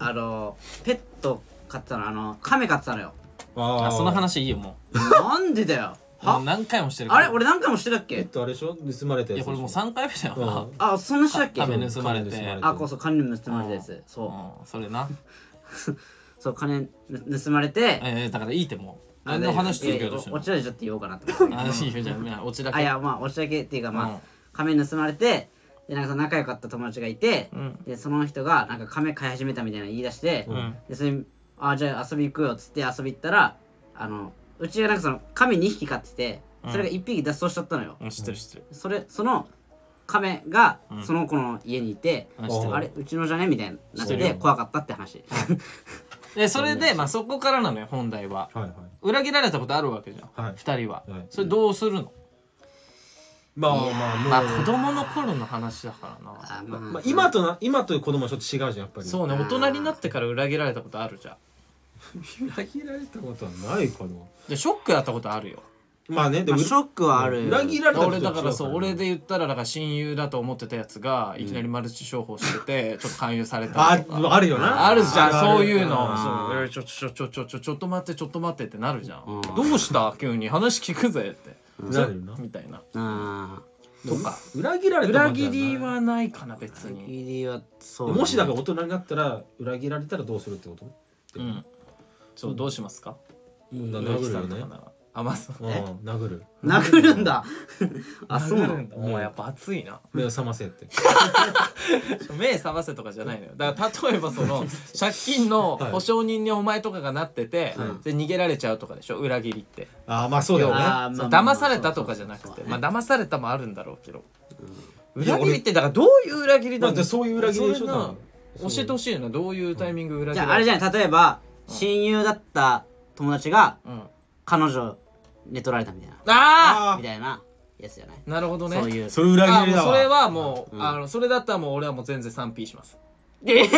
S1: のペット飼ってたのあの亀飼ってたのよ
S3: あ
S2: あ
S3: ー
S2: その話いいよも
S1: なんでだよ
S2: うもう
S1: は
S2: 何回もしてるか
S1: あ
S2: ら
S1: れ俺何回もしてたっ
S3: えっ
S1: け
S3: とあれでしょ盗まれた
S2: いや
S3: やつ
S2: こ
S3: でしょ
S2: れもう3回目だよな、
S3: うん
S1: あそんなしたっけ
S2: 亀盗まれて
S3: 亀盗まれて
S1: あこうそう金盗まれたやつそう
S2: うん、それな
S1: そう金ぬ盗まれて
S2: えー、だからいいってもう
S1: あ
S2: 何
S1: で
S2: の話続けよ
S1: い
S2: うとし
S1: や
S2: て
S1: いや
S2: んの
S1: おちらでちょっと言おうかなと思っ
S2: あいいよじゃあおちら
S1: てあいやまあおちらけっていうか
S2: うん
S1: まあ亀盗まれてでなんかその仲良かった友達がいて
S2: うん
S1: でその人がなんか亀飼い始めたみたいなの言い出して
S2: うん
S1: でそれにあじゃあ遊び行くよっつって遊び行ったらあのうちがなんかその亀2匹飼っててそれが1匹脱走しちゃったのよ、
S2: うん知ってる知ってる
S1: それその亀が
S2: うん
S1: その子の家にいて、
S2: うん知ってる
S1: あれうちのじゃねみたいになっ
S2: 知っててるよ
S1: て怖かったって話
S2: でそれでまあそこからなのよ本題は
S3: はいはい
S2: 裏切られたことあるわけじゃん、
S3: はい
S2: 2人は、
S3: はい
S2: それどうするの、
S3: まあ
S1: いや
S3: まあもう
S2: まあ子供の頃の話だから
S1: *laughs*
S2: な
S1: あ、まあ
S3: まあ、今とな今と子供はちょっと違うじゃんやっぱり
S2: そうね大人になってから裏切られたことあるじゃん
S3: 裏切られたことはないかな
S2: でショックだったことあるよ
S3: まあねで
S1: ま
S3: も
S1: あショックはある
S3: 裏切られたことは
S2: 俺
S3: 違う
S2: だからそう
S3: ね
S2: 俺で言ったらだから親友だと思ってたやつがいきなりマルチ商法しててちょっと勧誘された
S3: あ
S2: りとか
S3: あるよな
S2: あるじゃんそういうの
S1: あ
S2: そう
S1: る
S2: えーちょちょちょちょちょちょっと待ってちょっと待ってってなるじゃん
S1: うん
S2: どうした急に話聞くぜって
S3: なるよな
S2: みたいな
S1: あ
S2: とか
S3: 裏切られた
S2: 裏
S3: こと
S2: 切り
S3: ない
S2: はないかな
S1: あ
S2: 別に
S1: ギリはそうだね、
S3: もしだから大人になったら裏切られたらどうするってこと
S2: うんそうどうしますか
S3: うん
S2: ゆうき
S3: 殴る
S2: さ
S3: よ
S2: んとか
S3: ね
S2: ならあまあそう
S3: うん殴る
S2: *laughs*
S1: 殴るんだあそうな
S2: 殴る
S1: の
S2: んだお前やっぱ熱いな
S3: 目を覚ませって
S2: 目覚ませとかじゃないのよだから例えばそ
S3: *laughs*
S2: の借金の保証人にお前とかがなってて、で逃げられちゃうとかでしょ裏切りって、
S3: ああまあそうだよね
S1: あーまあ
S2: そう
S1: まあまあ
S2: 騙されたとかじゃなく
S1: そう
S2: て
S1: そう
S2: まあ騙されたもあるんだろうけど、
S3: いや
S2: 裏切りってだからどういう裏切り
S3: だ
S2: な
S3: っ
S2: ん
S3: てそういう裏切りでしょ
S2: な
S3: 多
S2: 教えてほしいよなどういうタイミング裏切
S1: じ
S2: り
S1: ゃああれじゃない例えば親友だった友達が
S2: うん、あ
S1: 彼女寝取られたみたいな
S2: あ
S3: あ
S1: みたいなやつじゃない
S2: なるほどね
S1: そういう
S3: それ裏切り
S2: あ
S3: だ
S2: ーもうそれ
S3: わ
S2: はもう、あのそれだったらもう俺はもう全然 3P します
S1: ええ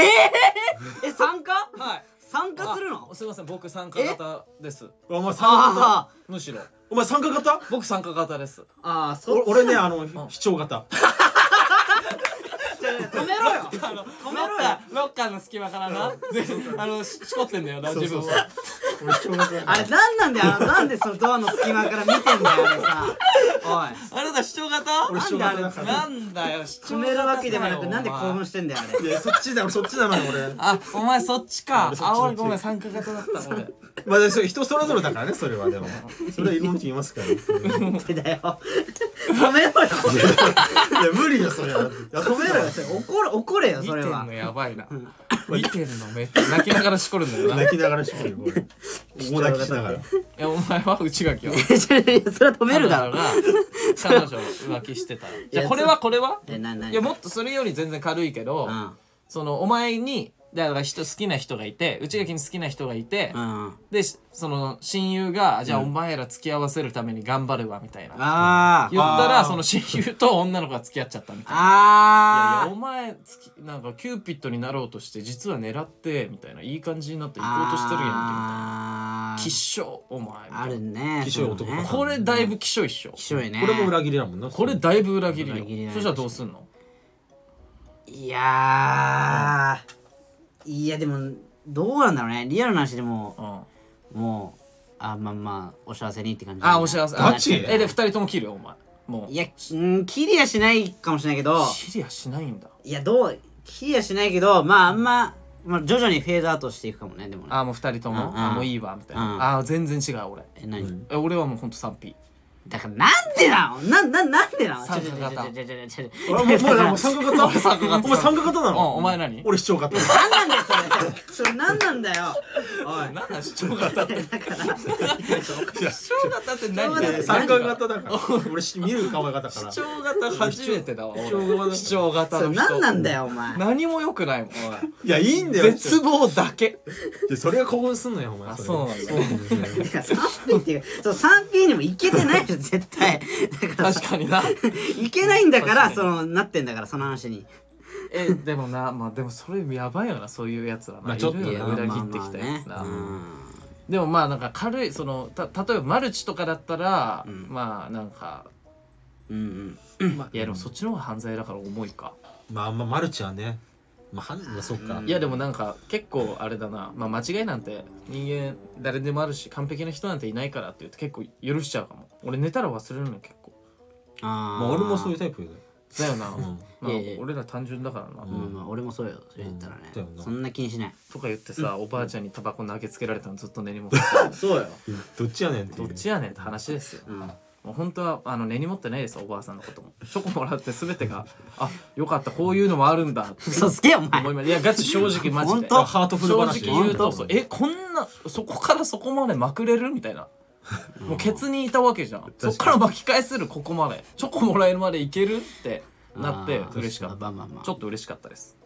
S1: え参加
S2: はい
S1: 参加するの
S2: あすいません僕参加型です
S3: お前参加型
S1: あ
S2: むしろ
S3: お前参加型
S2: 僕参加型です
S1: あああそ
S3: お
S1: っ
S3: 俺ねあの視聴型
S1: 止めろよ
S2: あの、止めろよ。ロッカーの隙間からな。あの、ししこってんだよな、自分は。
S3: 俺視聴型
S1: あれ何なんだよあのなんでそのドアの隙間から見てんだよあれさお
S2: あなた視聴型
S3: 俺視聴型だか
S2: な
S3: ら
S2: んだよ、視聴
S1: い止
S2: 型
S1: めるわけでもな
S2: だ
S1: く
S2: よ
S1: なんで興奮してんだよあれ
S3: いやそっちだ俺そっちだな俺
S2: あ、お前そっちか
S3: 俺。そっち
S2: あ、
S3: そっち
S2: 俺ごめん、参加型だった、俺。
S3: まあでもそれ人それぞれだからねそれはでもそれはいろんな人いますからい
S1: なんでだよ *laughs* 止めろよ
S3: や無理よそれは
S1: 止めろよそれ怒れ怒れよ
S2: 見
S1: そ
S2: て
S1: れ
S2: ん *laughs*
S1: は
S2: のやばいな。見てんのめっちゃ泣きながらしこるんだよな。い
S3: 泣きながらしてるこれ大泣きしながら
S2: や、お前は内垣を。
S1: いやそれは止めるだろ
S2: 彼女が彼女浮気してたら。じゃあ、これはこれは
S1: えなない
S2: や、もっとそれより全然軽いけど、
S1: うん
S2: その、お前に、だから人好きな人がいて、内垣に好きな人がいて、
S1: うん
S2: でしその親友が「じゃあお前ら付き合わせるために頑張るわ」みたいな
S1: あ
S2: 言った
S3: あ
S2: ら
S3: ー
S2: その親友と女の子が付き合っちゃったみたいな「いやいや
S1: あ
S2: お前つきなんかキューピッドになろうとして実は狙って」みたいな「いい感じになって
S1: あ
S2: 行こうとしてるやんけ」みたいな
S1: あ
S2: 「
S1: ー
S2: きっしょお前」みた
S1: あ
S2: いな
S1: るね
S3: きしょい男
S1: そうね
S2: これだいぶきっしょいっしょ
S1: きしょいね
S3: これも裏切りだもんな
S2: これだいぶ裏切
S1: 裏切
S2: り
S1: り
S2: よ
S1: だね
S2: そしたらどうすんの
S1: いやーいやでもどうなんだろうねリアルな話でも
S2: うん
S1: もうあまあまあお幸せにって感じ
S2: あお幸せ
S3: ガチ
S2: えで二人とも切るよお前もう
S1: いやうんキリアしないかもしれないけど
S2: 切りはしないんだ
S1: いやどうキリアしないけどまああんま、まあ、徐々にフェードアウトしていくかもねでもね
S2: あもう二人とも
S1: うん
S2: あもういいわみたい
S1: うん
S2: なあ全然違う俺
S1: え何、
S2: え俺はもうほんと 3P
S1: だからなんでなのな、な、なんでなの
S2: 参加型
S1: ちょちょちょちょちょちょ
S3: 俺もうもうもう参加型
S2: 俺参加型
S3: お前参加型な
S2: うん
S3: の
S2: お前何
S3: 俺視聴型
S1: 何なんだよそれそれ何なんだよおい
S2: 何だ視聴型って
S1: だから
S2: 視聴型って何
S1: 視聴
S3: 参加型だから俺し見る顔型だか
S2: 視
S3: ら
S2: 聴型初めてだわ俺視
S3: 視
S2: 聴型
S1: それ
S2: の人
S1: 何なんだよお前
S2: 何も良くないもんお
S3: いやいいんだ
S2: い
S3: よ
S2: 絶望だけ
S3: でそれが興奮すんのよお前
S2: あ
S3: れ
S2: そうなんだ
S1: いや 3P っていうそう 3P にもいけてないよ絶対だからさ
S2: 確かにな
S1: 行けないんだから
S2: 確
S1: そのなってんだからその話に
S2: えでもなまあでもそれやばいよなそういうやつらな、
S3: まあちょっと
S2: い
S3: な
S1: い
S2: るよ
S1: や
S2: な裏切
S1: まあ
S2: って
S1: ま
S2: き
S1: あ
S2: た
S1: ね
S2: やつな、
S1: うん
S2: でもまあなんか軽いそのた例えばマルチとかだったら、
S1: うん
S2: まあなんか
S1: うん
S3: まあ
S2: いやでもそっちの方が犯罪だから重いか、
S3: まあまあマルチはねまあはんまあそっか
S1: うん
S2: いやでもなんか結構あれだな、まあ、間違いなんて人間誰でもあるし完璧な人なんていないからって言って結構許しちゃうかも俺寝たら忘れるの結構
S1: あ
S3: まあ俺もそういうタイプだよ
S2: だよな、
S3: ん
S2: まあ
S1: いやいや
S2: 俺ら単純だからな、
S1: うんまあ俺もそうよそれ言ったらね
S3: うんだよな
S1: そんな気にしない
S2: とか言ってさ、おばあちゃんにタバコ投げつけられたのずっと根に持ってた
S1: そうよ
S3: どっちやねんってい
S2: ど
S3: う
S2: っちやねんって話ですよ、
S1: うん
S2: もう本当はあの根に持ってないですおばあさんのこともチョコもらって全てがあよかったこういうのもあるんだって
S1: 嘘つけよお前
S2: 思いまいやガチ正直マジ
S1: 本
S2: で
S1: 当
S3: ハートフル
S2: 正
S3: 話
S2: 直言う
S1: 本当
S2: とそうえこんなそこからそこまでまくれるみたいなもうケツにいたわけじゃんそっから巻き返せるここまでチョコもらえるまでいけるってなって
S1: あー
S2: 嬉しかった
S1: まあまあまあ
S2: ちょっと嬉しかったです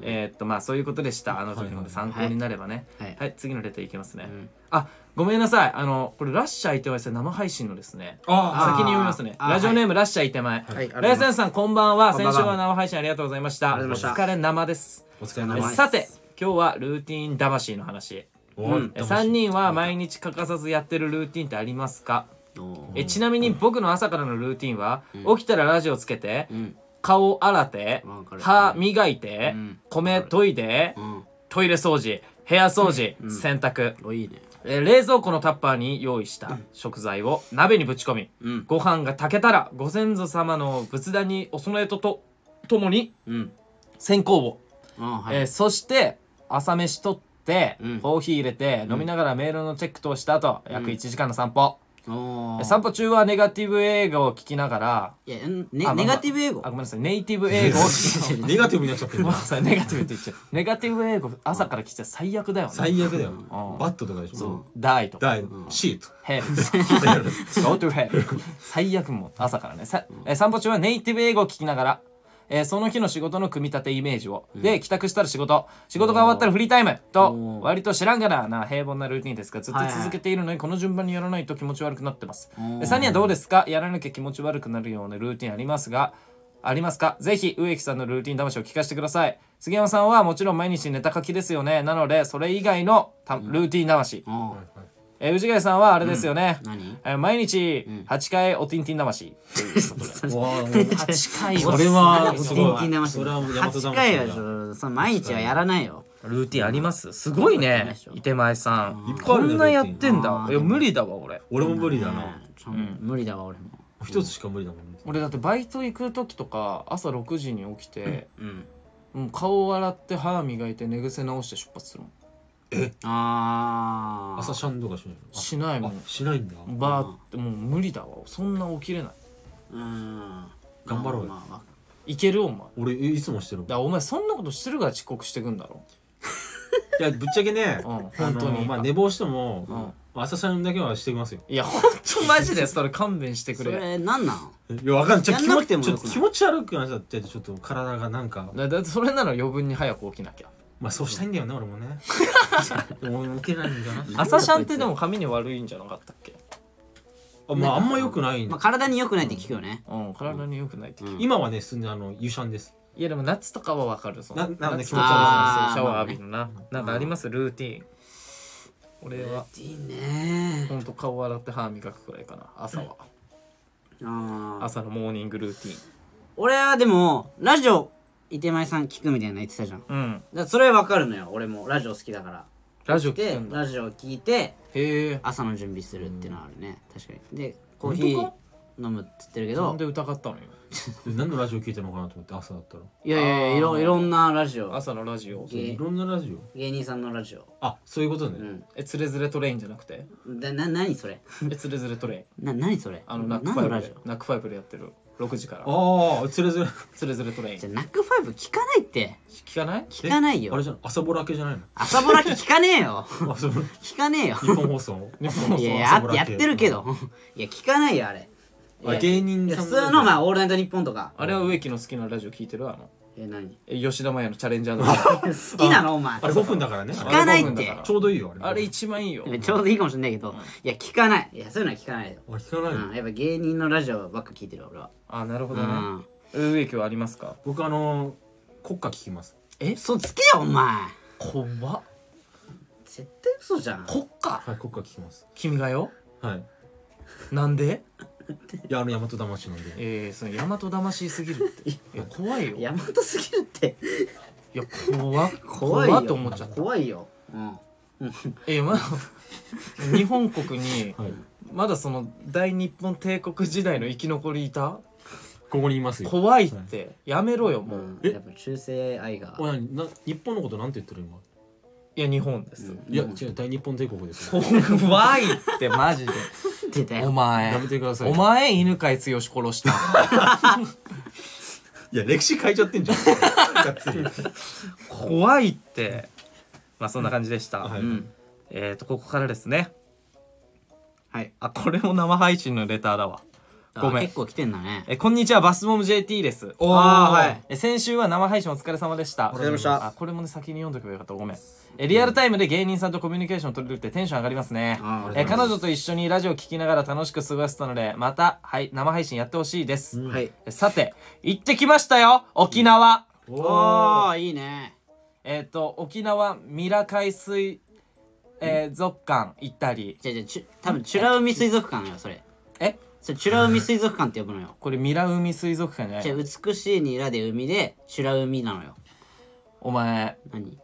S2: えーっとまあそういうことでしたあの時ので参考になればね
S1: はい
S2: はい次のレターいきますね
S1: うん
S2: あごめんなさいあのこれラッシャーいてまですね生配信のですね
S1: あ
S3: あ
S2: 先に読みますね
S1: あー
S2: ラジオネームラッシャーいてまえ
S1: はい
S2: ライセンさんこんばんは
S1: こん
S2: 先
S1: ばんは
S2: 週は生配信ありがとうございました
S1: あり
S2: お
S1: がとうございました
S2: 疲れ生です
S3: お疲れ
S1: 生
S3: 様
S1: で
S3: ですす
S2: さて今日はルーティン魂の話
S1: うん
S2: 3人は毎日欠かさずやってるルーティンってありますか
S1: おー
S2: えちなみに僕の朝からのルーティンは、
S1: うん
S2: 起きたらラジオつけて
S1: うん
S2: 顔洗って
S1: わかる
S2: 歯磨いて、
S1: うん
S2: 米研いで、
S1: うん
S2: トイレ掃除部屋掃除、
S1: うん
S2: 洗濯
S1: おいいね
S2: え冷蔵庫のタッパーに用意した食材を鍋にぶち込み
S1: うん
S2: ご飯が炊けたらご先祖様の仏壇にお供えととともに
S1: うん
S2: 線香を、
S1: あはい
S2: えーそして朝飯取って、
S1: うん
S2: コーヒー入れて、飲みながらメールのチェックとした後約1時間の散歩、
S1: おー
S2: え散歩中はネガティブ英語を聞きながら
S1: いやんね
S2: あまあまあ
S1: ネガティブ英語
S2: あごめんなさいネイティブ英語を聞き
S3: *laughs* ネガティブにな
S1: *laughs*
S3: っちゃってる
S2: ごめんなさいネガティブって言っちゃうネガティブ英語朝から来ちゃ最悪だよね
S3: 最悪だよ
S2: ん
S3: バットとかでし
S2: そう
S3: ょ
S2: 「die」とか
S3: だいシート *laughs*
S2: 「hell」Go to hell 最悪もう朝からねさ、えー散歩中はネイティブ英語を聞きながら、えーその日の仕事の組み立てイメージを、で帰宅したら仕事仕事が終わったらフリータイムと
S1: おー
S2: 割と知らんがなな平凡なルーティンですがずっと
S1: はいはい
S2: 続けているのにこの順番にやらないと気持ち悪くなってます、
S1: おー
S2: えサニーはどうですかやらなきゃ気持ち悪くなるようなルーティンありますがありますかぜひ植木さんのルーティン魂を聞かせてください杉山さんはもちろん毎日ネタ書きですよねなのでそれ以外のたルーティン魂、
S1: おー
S2: えー、氏貝さんはあれですよね、
S1: 何
S2: えー毎日8回おティンティン魂8回
S3: それは
S1: す
S3: す
S1: ご
S3: ご
S1: いティ
S3: い
S1: ンティン騙し
S3: それはもう大和魂
S1: 8回はちょっとその毎日はやらないよ
S2: ルーティンありますすごいね伊手前さん
S3: いっぱいあ
S2: こ
S3: るね
S2: んなやってんだ
S1: あー
S2: いや無理だわ俺
S3: 俺も無理だな
S1: ねちょ無理だわ俺も
S3: 一つしか無理だもん
S2: 俺だってバイト行く時とか朝6時に起きて、
S1: うん
S2: もう顔を洗って歯磨いて寝癖直して出発するもん
S1: ああ
S3: 朝シャンとかしない
S2: しないも
S3: の
S2: ん
S3: あしないんだ
S2: バーってもう無理だわそんな起きれない
S1: うん
S3: 頑張ろうよ
S1: まあまあ
S2: いけるお前だか
S3: 俺いつもしてる
S2: らお前そんなことしてるから遅刻してくんだろ
S3: いやぶっちゃけね
S2: うん
S3: あの
S2: 本当に
S3: まあ寝坊しても
S2: うん
S3: まあ朝シャンだけはしてますよ
S2: いやほんとマジでそれ勘弁して
S1: そ
S2: くれ
S1: れなんなん
S3: いやわかんないちょっと
S1: や
S3: 気
S1: んな
S3: 持
S1: くても
S3: ちちょ
S1: よく
S3: っ
S1: な
S3: と
S1: い
S3: 気持ち悪くなっちゃってちょっと体がなんか
S2: だだってそれなら余分に早く起きなきゃ
S3: まあそうしたいんだよね俺も
S1: *laughs*
S3: ねでも俺起きれないんだな
S2: 朝シャンってでも髪に悪いんじゃなかったっけ
S3: あまああんま良くないん
S1: ま
S3: だ
S1: あ体に良くないって聞くよね
S2: うん体に良くないって聞い
S1: うん
S3: 今はねすんあの湯シャンです
S2: いやでも夏とかはわかるその
S3: ななんで
S2: 夏
S3: 気
S2: と
S3: 持
S2: か
S1: あー
S2: は
S3: ち悪い
S2: そうシャワー浴びるな、なんかありますルーティーン俺はい
S1: いね
S2: ほんと顔洗って歯磨くくらいかな朝は
S1: ああ
S2: 朝のモーニングルーティー
S1: 俺はでもラジオ伊手前さん聞くみたいなの言ってたじゃんだか
S2: ンうん
S1: らそれわかるのよ俺もラジオ好きだから
S2: ラジオ聞
S1: で
S2: くんだ
S1: ラジオ聞いて
S2: へえ
S1: 朝の準備するっていうのはあるね確かにでコー
S2: 本
S1: ヒ
S2: 当
S1: ー
S2: か
S1: 飲むっつってるけ
S2: なん
S1: ど
S2: で疑ったのよ
S3: 何のラジオ聞いてるのかなと思って朝だったら
S1: いやいやいやいろいろんなラジオ
S2: 朝のラジオ
S1: えー
S3: いろんなラジオ
S1: 芸人さんのラジオ
S3: あそういうことね、
S1: うん
S2: えつれづれトレインじゃなくて
S1: だな何それ
S2: えつれづれトレイン
S1: な何それ
S2: あのナッ
S1: 何
S2: クファイ
S1: の
S2: ブ
S1: ラ
S2: で
S1: ジオ
S2: ナックファイブでやってる6時から
S3: ああつれづれ
S2: つれづれトレイン
S1: じゃあナックファイブ聞かないって
S2: 聞かない
S1: 聞かない
S3: えあ
S1: よ
S3: れじゃん朝ぼらけじゃないの
S1: 朝ぼらけ聞かねえよ *laughs*
S3: 朝ぼら
S1: 聞かねえよ
S3: 日本放送日本放
S1: *laughs* いやい
S3: 朝ぼ
S1: や
S3: ら
S1: やっ
S3: け
S1: てるけどいや聞かないよあれ
S3: あ芸人
S1: いや
S3: さん
S1: 普通のま
S3: あ
S1: あ「オールナイトニッポン」とか
S2: あれは植木の好きなラジオ聞いてるあの
S1: え何 *laughs*
S2: え吉田麻也のチャレンジャーの
S1: 好きなのお前
S3: れ5分だからね
S1: 聞かないっ
S2: あれ五分だ
S1: て
S2: から
S3: ちょうどいいよあれ
S2: あれ一番いいよ
S1: *laughs* ちょうどいいかもしれないけどいや聞かないいやそういうのは聞かないよ
S3: あ聞かないの、
S1: うんやっぱ芸人のラジオばっか聞いてる俺は
S2: あなるほ
S1: う
S2: どね
S1: ん
S2: え植木はありますか
S3: 僕あの国歌聞きます
S2: え
S1: 嘘つけよお前
S2: 怖っ
S1: 絶対嘘じゃん
S2: 国歌
S3: はい国歌聞きます
S2: 君がよ
S3: はい
S2: なんで
S3: いやあの大和魂なんで
S2: えー、その大和魂すぎるっていや怖いよい
S1: 大和すぎるって
S2: や怖っ
S1: 怖いよ
S2: っと思っちゃった
S1: 怖いようん
S2: えまだ日本国に
S3: はい
S2: まだその大日本帝国時代の生き残りいた
S3: ここにいますよ
S2: 怖いってやめろよもう、
S1: うんやっぱ中性愛が
S3: おいな日本のことなんて言ってる今
S2: いや日本です、
S1: うん
S3: いや違う大日本帝国ですよ
S2: 怖いってマ *laughs* ジで
S1: 出た
S2: お
S1: よ
S2: 前
S3: やめてください
S2: お前犬飼剛殺した
S3: *laughs* いや歴史変えちゃってんじゃんがっつり
S2: 怖いってまあそんな感じでした、
S3: は
S1: う
S3: い
S1: ん
S2: えっ、とここからですね
S1: はい
S2: あこれも生配信のレターだわご
S1: あ
S2: めん
S1: 結構来てんだね
S2: えこんにちはバスボム JT ですお
S1: あーはい
S2: え先週は生配信お疲れ様でした
S1: お疲れ様でした
S2: あこれもね先に読んどけばよかったごめんえリアルタイムで芸人さんとコミュニケーション取れるってテンション上がりますね
S1: あー
S2: え彼女と一緒にラジオ聞きながら楽しく過ごせたのでまた、はい、生配信やってほしいです、
S1: はい
S2: えさて行ってきましたよ沖縄
S1: おーいいね
S2: えっ、と沖縄ミラ海水、えー族館行ったり
S1: じゃあじゃあちゅ多分美ら海水族館よそれ
S2: え
S1: それ美ら海水族館って呼ぶのよ
S2: これミラ海水族館じゃない
S1: じゃあ美しいに裏で海で美ら海なのよ
S2: お前
S1: 何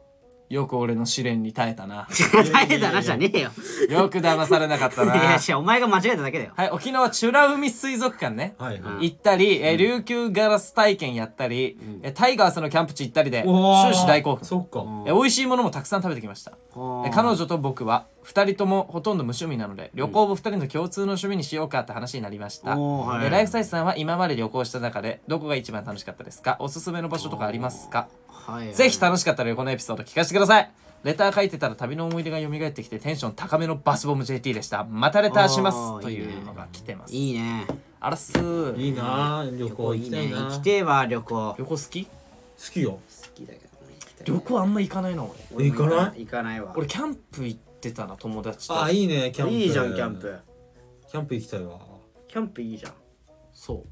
S2: よく俺の試練に耐えたな *laughs*
S1: 耐えたなじゃねえよ
S2: よく騙されなかった
S1: い
S2: な
S1: やいやお前が間違えただけだよ
S2: はい、沖縄美ら海水族館ね。
S3: はいはい
S2: 行ったり、えー琉球ガラス体験やったり、えータイガースのキャンプ地行ったりで、終始大興奮。
S3: そっか
S2: えー美味しいものもたくさん食べてきました。えー彼女と僕は2人ともほとんど無趣味なので旅行を2人の共通の趣味にしようかって話になりました、
S1: おーはい
S2: えーライフサイズさんは今まで旅行した中でどこが一番楽しかったですかおすすめの場所とかありますか
S1: はい
S2: ぜひ楽しかったらこのエピソード聞かせてくださいレター書いてたら旅の思い出が蘇ってきてテンション高めのバスボム JT でしたまたレターしま
S1: あー
S2: すとい
S1: いいね
S2: うのが来てます
S1: いいね
S2: あらっすー
S3: いいなあ旅行行きたいな
S1: 行きてえわ旅行好
S2: 旅行好き
S3: 好きよ
S1: きだけどね行きたい
S2: 旅行あんま行かないな俺
S1: 俺も
S3: 行かない
S1: 行かないわ
S2: 俺キャンプ行ってたな友達と
S3: あいいねキャンプ
S1: いいじゃんキャンプ
S3: キャンプ行きたいわ
S1: キャンプいいじゃん
S2: そ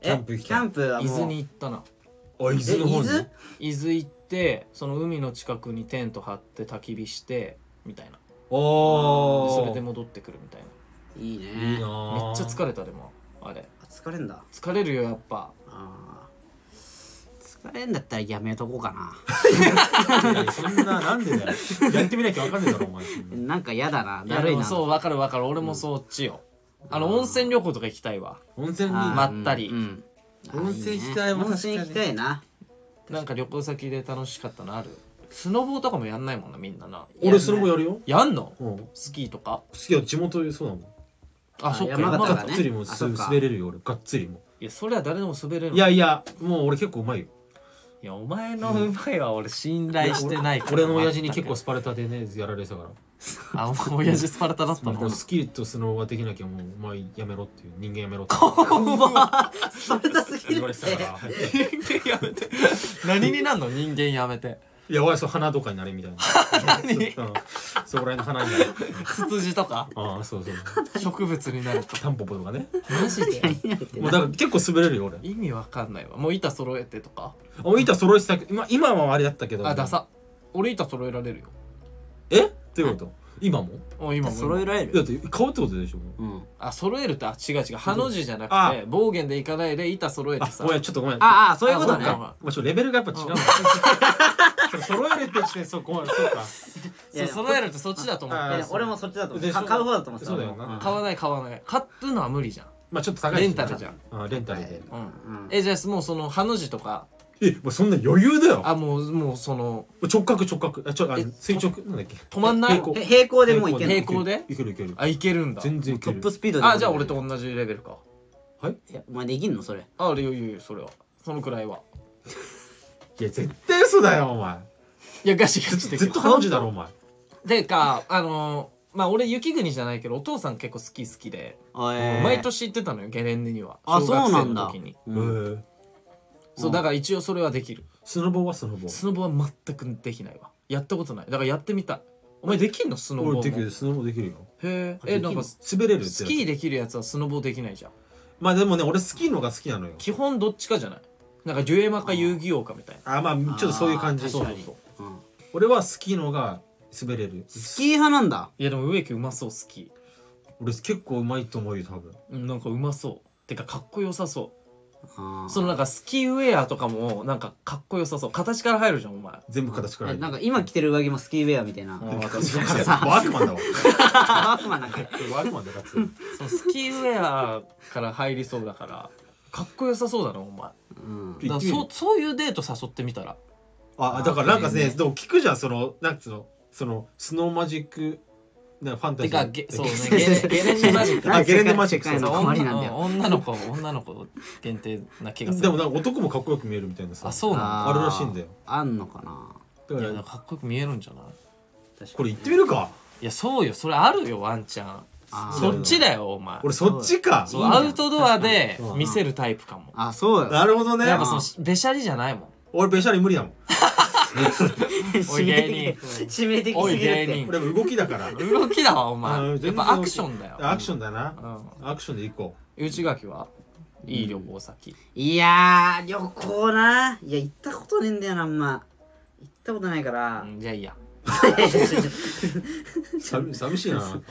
S1: え
S3: キャンプ行き
S1: キ
S3: たい
S1: ャンプは
S2: う伊
S1: もう
S2: 豆に行ったな
S3: あ
S1: え
S3: 伊
S1: 伊
S3: に
S1: 豆
S2: 伊豆行ってその海の近くにテント張って焚き火してみたいなで
S3: おー
S2: それで戻ってくるみたい
S1: いい
S3: い
S1: ね
S3: い
S2: な
S3: なあ
S2: めっちゃ疲れたでもあれ
S1: あ疲れんだ
S2: 疲れるよやっぱ
S1: あー疲れんだったらやめとこうかな
S3: いやそんななんでだよやってみなきゃ分かんねえだろお前
S1: なんかやだない
S2: や
S1: だるい
S2: でも
S1: な
S2: そうわかるわかる俺もそっちよ、あの温泉旅行とか行きたいわ
S3: 温泉に
S1: あー
S2: まったり
S1: うんうん
S3: 温泉行きたい
S1: あね
S3: 温
S1: 温
S3: 泉
S1: 泉行
S3: 行き
S1: き
S3: た
S1: たいな
S2: なんか旅行先で楽しかったのあるスノボーとかもやんないもんなみんなな
S3: 俺その後やるよ
S2: やんの
S3: うん好
S2: スキーとか
S3: きよ地元そうだもん
S2: あ
S1: あ
S2: そっか
S1: 山形
S2: 山
S1: だか
S3: が
S1: ら
S2: 形
S3: っ
S1: ね
S3: つりもう
S1: あそっか
S3: 滑れるよ俺がっつりも
S2: いやそれは誰でも滑れる
S3: いやいやもう俺結構うまいよ
S2: いやお前のうまいは俺信頼してないから
S3: 俺の親父に結構スパルタでねやられてたから
S2: あお前親父スパルタだった
S3: もう
S2: の
S3: スキーとスノーができなきゃもうお前やめろっていう人間やめ
S2: *laughs*
S3: ろって
S1: スパルタすぎ
S3: 言わ
S1: る
S3: れ
S1: って
S3: たから
S2: 人間やめて何になんの人間やめて
S3: いやおいそう花とかになれみたいな
S2: 何
S3: うんそこら辺の花に
S2: *laughs*
S3: なれ
S2: ツツジと *laughs* か
S3: ああそうそう
S2: 植物になると
S3: タンポポとかね
S2: マジで
S3: もうだから結構滑れるよ俺
S2: 意味わかんないわもう板揃えてとか
S3: お板揃えてたけど今今はあれだったけど
S2: あダサ俺板揃えられるよ
S3: えっていうこと今も
S2: お今も今
S1: 揃えられ
S3: だ
S1: る
S3: って顔ってことでしょ
S1: うん
S2: あ揃えるってあ違う違うハの字じゃな
S3: あ
S2: くて暴言でいかないで板揃えて
S3: あ
S2: さ
S3: ごめんちょっとごめん
S1: ああそういうこと
S2: あ
S1: ね
S2: そっ
S3: まあちょっとレベルがやっぱ違うのそれ揃えるってしてそこそうか
S1: いやいや
S2: そう揃えるってそっちだと思っ
S3: あ
S1: い
S2: た
S1: や俺もそっちだと思
S3: で
S1: うか買う方だと思ってた
S3: そうだよな
S2: 買わない買わない買うのは無理じゃん
S3: まあちょっと高いし
S2: レンタルじゃん
S3: あレンタルで
S2: うん
S1: うん
S2: えじゃあもうそのハの字とか
S3: えもうそんな余裕だよ
S2: あもうもうその
S3: 直角直角あちょあ
S2: え
S3: 垂直なんだっけ
S2: 止まんない
S3: 平行
S1: え平行でもういけない
S2: 平行で
S3: いけるいける
S2: あいけるんだ
S3: 全然い
S1: ト
S3: け
S1: ッ
S3: る
S1: プスピードで
S2: あじゃあ俺と同じレベルか
S1: いやお前できんのそれ
S2: あ俺よいよいよそれはそのくらいはい
S3: や絶対嘘だよお前
S2: いやガシガシでき
S3: ずっ
S2: る
S3: と彼女だろお前
S2: でかあのーまあ俺雪国じゃないけどお父さん結構好き好きで
S1: あえー
S2: 毎年行ってたのよゲレンデには
S1: あ
S2: 小学
S1: そ
S2: 生
S1: うなんだ
S2: の時に
S1: う
S3: うんん
S2: そうだから一応それはできる
S3: スノボはスノボ
S2: スノボは全くできないわやったことないだからやってみたいお前できんのスノボ
S3: 俺
S2: も
S3: でき
S2: へ
S3: るスノボできるよ
S2: え
S1: でき
S2: え
S1: んの
S2: なんか
S3: 滑れるって
S2: スキーできるやつはスノボできないじゃん
S3: まあでもね俺スキーの方が好きなのよ
S2: 基本どっちかじゃないなんかデュエマか遊戯王かみたいな
S3: あまあちょっとそういう感じ
S1: あー
S3: そう
S1: 確
S3: そ
S1: か
S3: う
S1: に
S3: そう
S1: うん
S3: 俺はスキーの方が滑れる
S1: スキー派なんだ
S2: いやでも植木うまそうスキ
S3: 俺結構うまいと思うよ多分
S2: ーうんなんかうまそうてかかっこよさそう
S1: あー
S2: そのなんかスキーウェアとかもなんかかっこよさそう形から入るじゃんお前
S3: 全部形から
S1: え
S3: 入る
S1: なんか今着てる上着もスキーウェアみたいな
S2: うん
S3: 形か
S1: *laughs* なんか
S3: ら入る
S1: さ
S3: ワークマンだわ
S1: ワ *laughs* ークマンなんか
S3: ワークマンだよ
S2: *laughs*
S3: 勝つ
S2: そのスキーウェアから入りそうだからかっこよさそうだなお前だか
S1: うん
S3: 行
S2: ら
S3: ってみる
S2: そうそういうデート誘ってみたら
S3: あだからなんか
S1: いい
S3: ね
S1: ね
S3: でも聞くじゃんそのなんつうのそのスノーマジックなファンタ
S2: て
S3: ジー
S2: か
S3: *laughs*
S2: ゲそうねゲレゲレンデマジック
S3: あゲレンデマジック
S1: 世界の変わりなんだよ
S2: 女の子女の子限定な気がす
S3: で
S2: る
S3: もなんか男もかっこよく見えるみたいなさ
S2: あそうな
S3: あるらしいんだよ
S1: あーあんのかな
S2: んだ
S3: だか
S2: いやな
S3: ら
S2: んかかっこよく見えるんじゃない
S1: 確
S3: こ
S1: か
S3: れ
S1: に
S3: 行ってみるか
S2: いやそうよそれあるよワンちゃん
S1: あー
S2: そっちだよお前
S3: 俺そっちか
S2: そう
S1: いいね
S2: アウトドアで
S3: 確かに
S2: 見せるタイプかも
S1: あそうよ
S3: なるほどね
S2: やっぱそのしべしゃりじゃないもん
S3: 俺べしゃり無理だもん
S2: おい
S1: 致
S2: 芸
S1: 命
S2: 人
S1: 的致命的
S2: お
S1: す
S2: い
S1: ぎるっ
S2: 芸
S1: て
S2: 人
S3: 俺は動きだから
S2: 動きだわお
S3: あー
S2: 前
S3: 全
S2: やっ
S3: 然
S2: ぱアクションだよ
S3: アクションだな
S2: うん
S3: アクションで行こ
S2: 内垣はいい旅行先
S1: いやー旅行ないや行ったことねえんだよなあんま行ったことないから
S2: うんじゃあいいや
S3: う寂寂し
S2: *laughs*
S3: いななんか